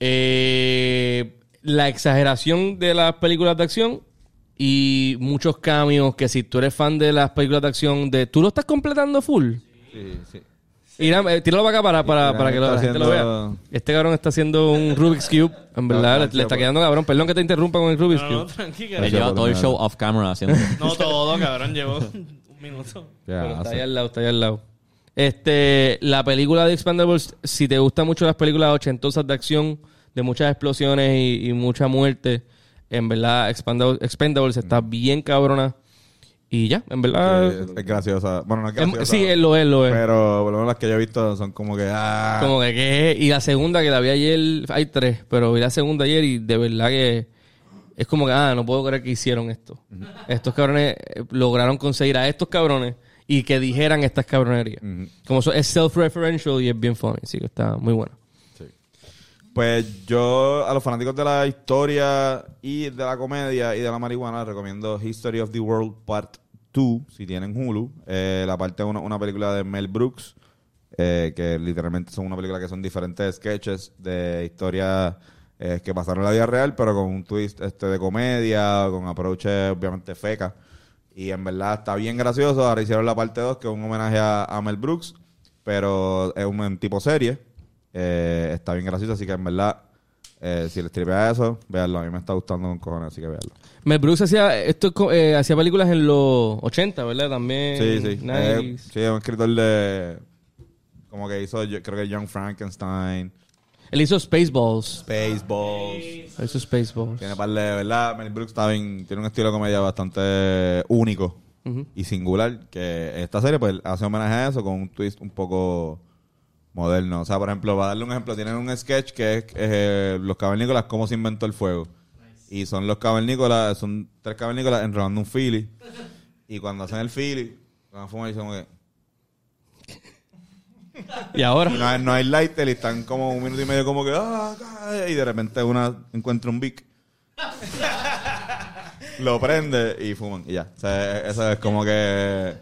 [SPEAKER 2] Eh, la exageración de las películas de acción y muchos cambios que si tú eres fan de las películas de acción, de tú lo estás completando full.
[SPEAKER 1] Sí, sí.
[SPEAKER 2] Irán, eh, tíralo para acá para, para,
[SPEAKER 1] Irán
[SPEAKER 2] para que lo-
[SPEAKER 1] está
[SPEAKER 2] la gente lo vea.
[SPEAKER 1] haciendo-
[SPEAKER 2] Este cabrón está haciendo un Rubik's Cube. En verdad, le, le
[SPEAKER 1] pues.
[SPEAKER 2] está quedando cabrón. Perdón que te interrumpa con el Rubik's
[SPEAKER 4] No, no,
[SPEAKER 2] Cube.
[SPEAKER 4] tranqui,
[SPEAKER 3] Él
[SPEAKER 4] cabrón.
[SPEAKER 3] lleva todo el show off camera haciendo.
[SPEAKER 4] No todo, cabrón,
[SPEAKER 2] [laughs]
[SPEAKER 4] llevó un minuto.
[SPEAKER 1] Ya,
[SPEAKER 2] Pero está
[SPEAKER 1] hace-
[SPEAKER 2] ahí al lado, está ahí al lado. Este, la película de Expendables, si te gustan mucho las películas ochentosas de acción, de muchas explosiones y, y mucha muerte, en verdad, Expendables, Expendables está bien cabrona. Y ya, en verdad.
[SPEAKER 1] Sí, es, es graciosa. Bueno, no es
[SPEAKER 2] em-
[SPEAKER 1] graciosa.
[SPEAKER 2] sí, él lo es, lo es.
[SPEAKER 1] Pero por lo menos las que yo he visto son como que. Ah,
[SPEAKER 2] Como que, ¿qué? Y la segunda que la vi ayer, hay tres, pero vi la segunda ayer y de verdad que es como que, ah, no puedo creer que hicieron esto. Estos cabrones eh, lograron conseguir a estos cabrones y que dijeran estas cabronerías. Como eso es self-referential y es bien funny, sí, que está muy bueno.
[SPEAKER 1] Pues yo a los fanáticos de la historia y de la comedia y de la marihuana les recomiendo History of the World Part 2, si tienen Hulu. Eh, la parte 1 una película de Mel Brooks, eh, que literalmente son una película que son diferentes sketches de historias eh, que pasaron en la vida real, pero con un twist este, de comedia, con approaches obviamente feca. Y en verdad está bien gracioso. Ahora hicieron la parte 2, que es un homenaje a, a Mel Brooks, pero es un, un tipo serie. Eh, está bien gracioso, así que en verdad, eh, si les tripea eso, véanlo. A mí me está gustando con cojones, así que véanlo.
[SPEAKER 2] Mel Brooks hacía, esto, es co- eh, hacía películas en los 80, ¿verdad? También.
[SPEAKER 1] Sí, sí. Eh,
[SPEAKER 2] 90s.
[SPEAKER 1] sí, es un escritor de. Como que hizo, yo creo que Young Frankenstein,
[SPEAKER 2] Él hizo Spaceballs.
[SPEAKER 1] Spaceballs.
[SPEAKER 2] Él hizo Spaceballs.
[SPEAKER 1] Tiene par de, ¿verdad? Mel Brooks está bien- tiene un estilo de comedia bastante único y singular. Que esta serie, pues, hace homenaje a eso con un twist un poco moderno. O sea, por ejemplo, para darle un ejemplo, tienen un sketch que es eh, los cavernícolas, cómo se inventó el fuego. Y son los cavernícolas, son tres cavernícolas enrolando un fili. Y cuando hacen el fili, van a fumar y dicen como que.
[SPEAKER 2] Y ahora.
[SPEAKER 1] Y no, hay- no hay lighter y están como un minuto y medio como que "Ah, ah", y de repente una encuentra un bic lo prende y fuman y ya o sea, eso es como que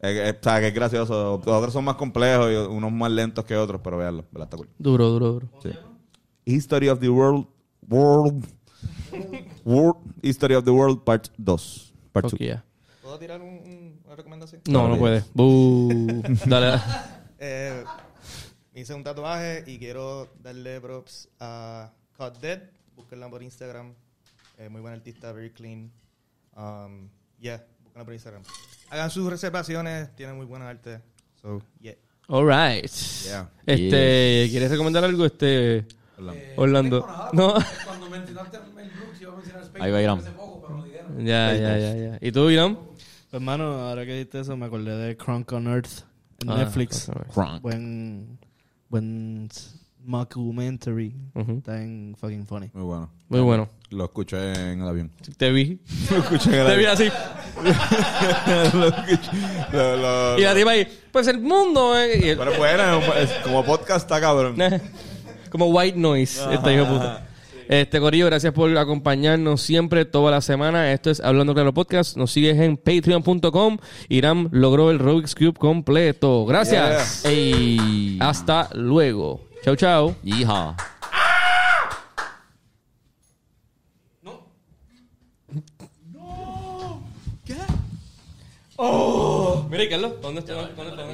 [SPEAKER 1] es, es- o sea, que es gracioso los otros son más complejos y unos más lentos que otros pero veanlo ¿verdad? Está cool.
[SPEAKER 2] Duro, duro, duro.
[SPEAKER 1] Sí. History of the World World World History of the World Part 2 Part 2
[SPEAKER 2] Fuck yeah.
[SPEAKER 5] ¿Puedo tirar un- un- una recomendación?
[SPEAKER 2] No, no puede.
[SPEAKER 1] [laughs]
[SPEAKER 2] Bú. Dale, dale.
[SPEAKER 5] Eh, me hice un tatuaje y quiero darle props a Cut Dead. Búsquenla por Instagram. Eh, muy buen artista, very clean. Um, yeah, búsquenla por Instagram. Hagan sus reservaciones, tiene muy buena arte. So, yeah.
[SPEAKER 2] All right.
[SPEAKER 1] Yeah.
[SPEAKER 2] Este, ¿quieres recomendar algo, este
[SPEAKER 1] Orlando.
[SPEAKER 2] Orlando? [laughs] No.
[SPEAKER 6] Cuando mencionaste el Brooks, iba a mencionar Space
[SPEAKER 3] Ahí va Irán.
[SPEAKER 6] hace poco, pero no dijeron.
[SPEAKER 2] ya, ya, ya, ya. ¿Y tú, Irán?
[SPEAKER 4] Pues, hermano, ahora que dijiste eso, me acordé de Crunk on Earth en
[SPEAKER 2] Ah,
[SPEAKER 4] Netflix.
[SPEAKER 2] Crunk on
[SPEAKER 3] Crunk.
[SPEAKER 4] Buen. Buen. Mockumentary.
[SPEAKER 2] Ujú.
[SPEAKER 4] Está en fucking funny.
[SPEAKER 1] muy bueno
[SPEAKER 2] Muy bueno.
[SPEAKER 1] lo escuché en el avión
[SPEAKER 2] Te vi.
[SPEAKER 1] lo escuché en el
[SPEAKER 2] Te vi así.
[SPEAKER 1] Lo escuché- lo- lo-
[SPEAKER 2] Y la tipa ahí, pues el mundo. eh, y el- [laughs]
[SPEAKER 1] Pero bueno, es un- es- como podcast está cabrón.
[SPEAKER 2] Como white noise, esta hijo de puta. Este Corillo, gracias por acompañarnos siempre, toda la semana. Esto es Hablando Claro Podcast. Nos sigues en patreon.com. Irán logró el Rubik's Cube completo. Gracias.
[SPEAKER 3] ¡Ey!
[SPEAKER 2] Hasta luego. Chau, chau.
[SPEAKER 3] ¡Hija!
[SPEAKER 2] Mira, Carlos, ¿dónde está? ¿Dónde está?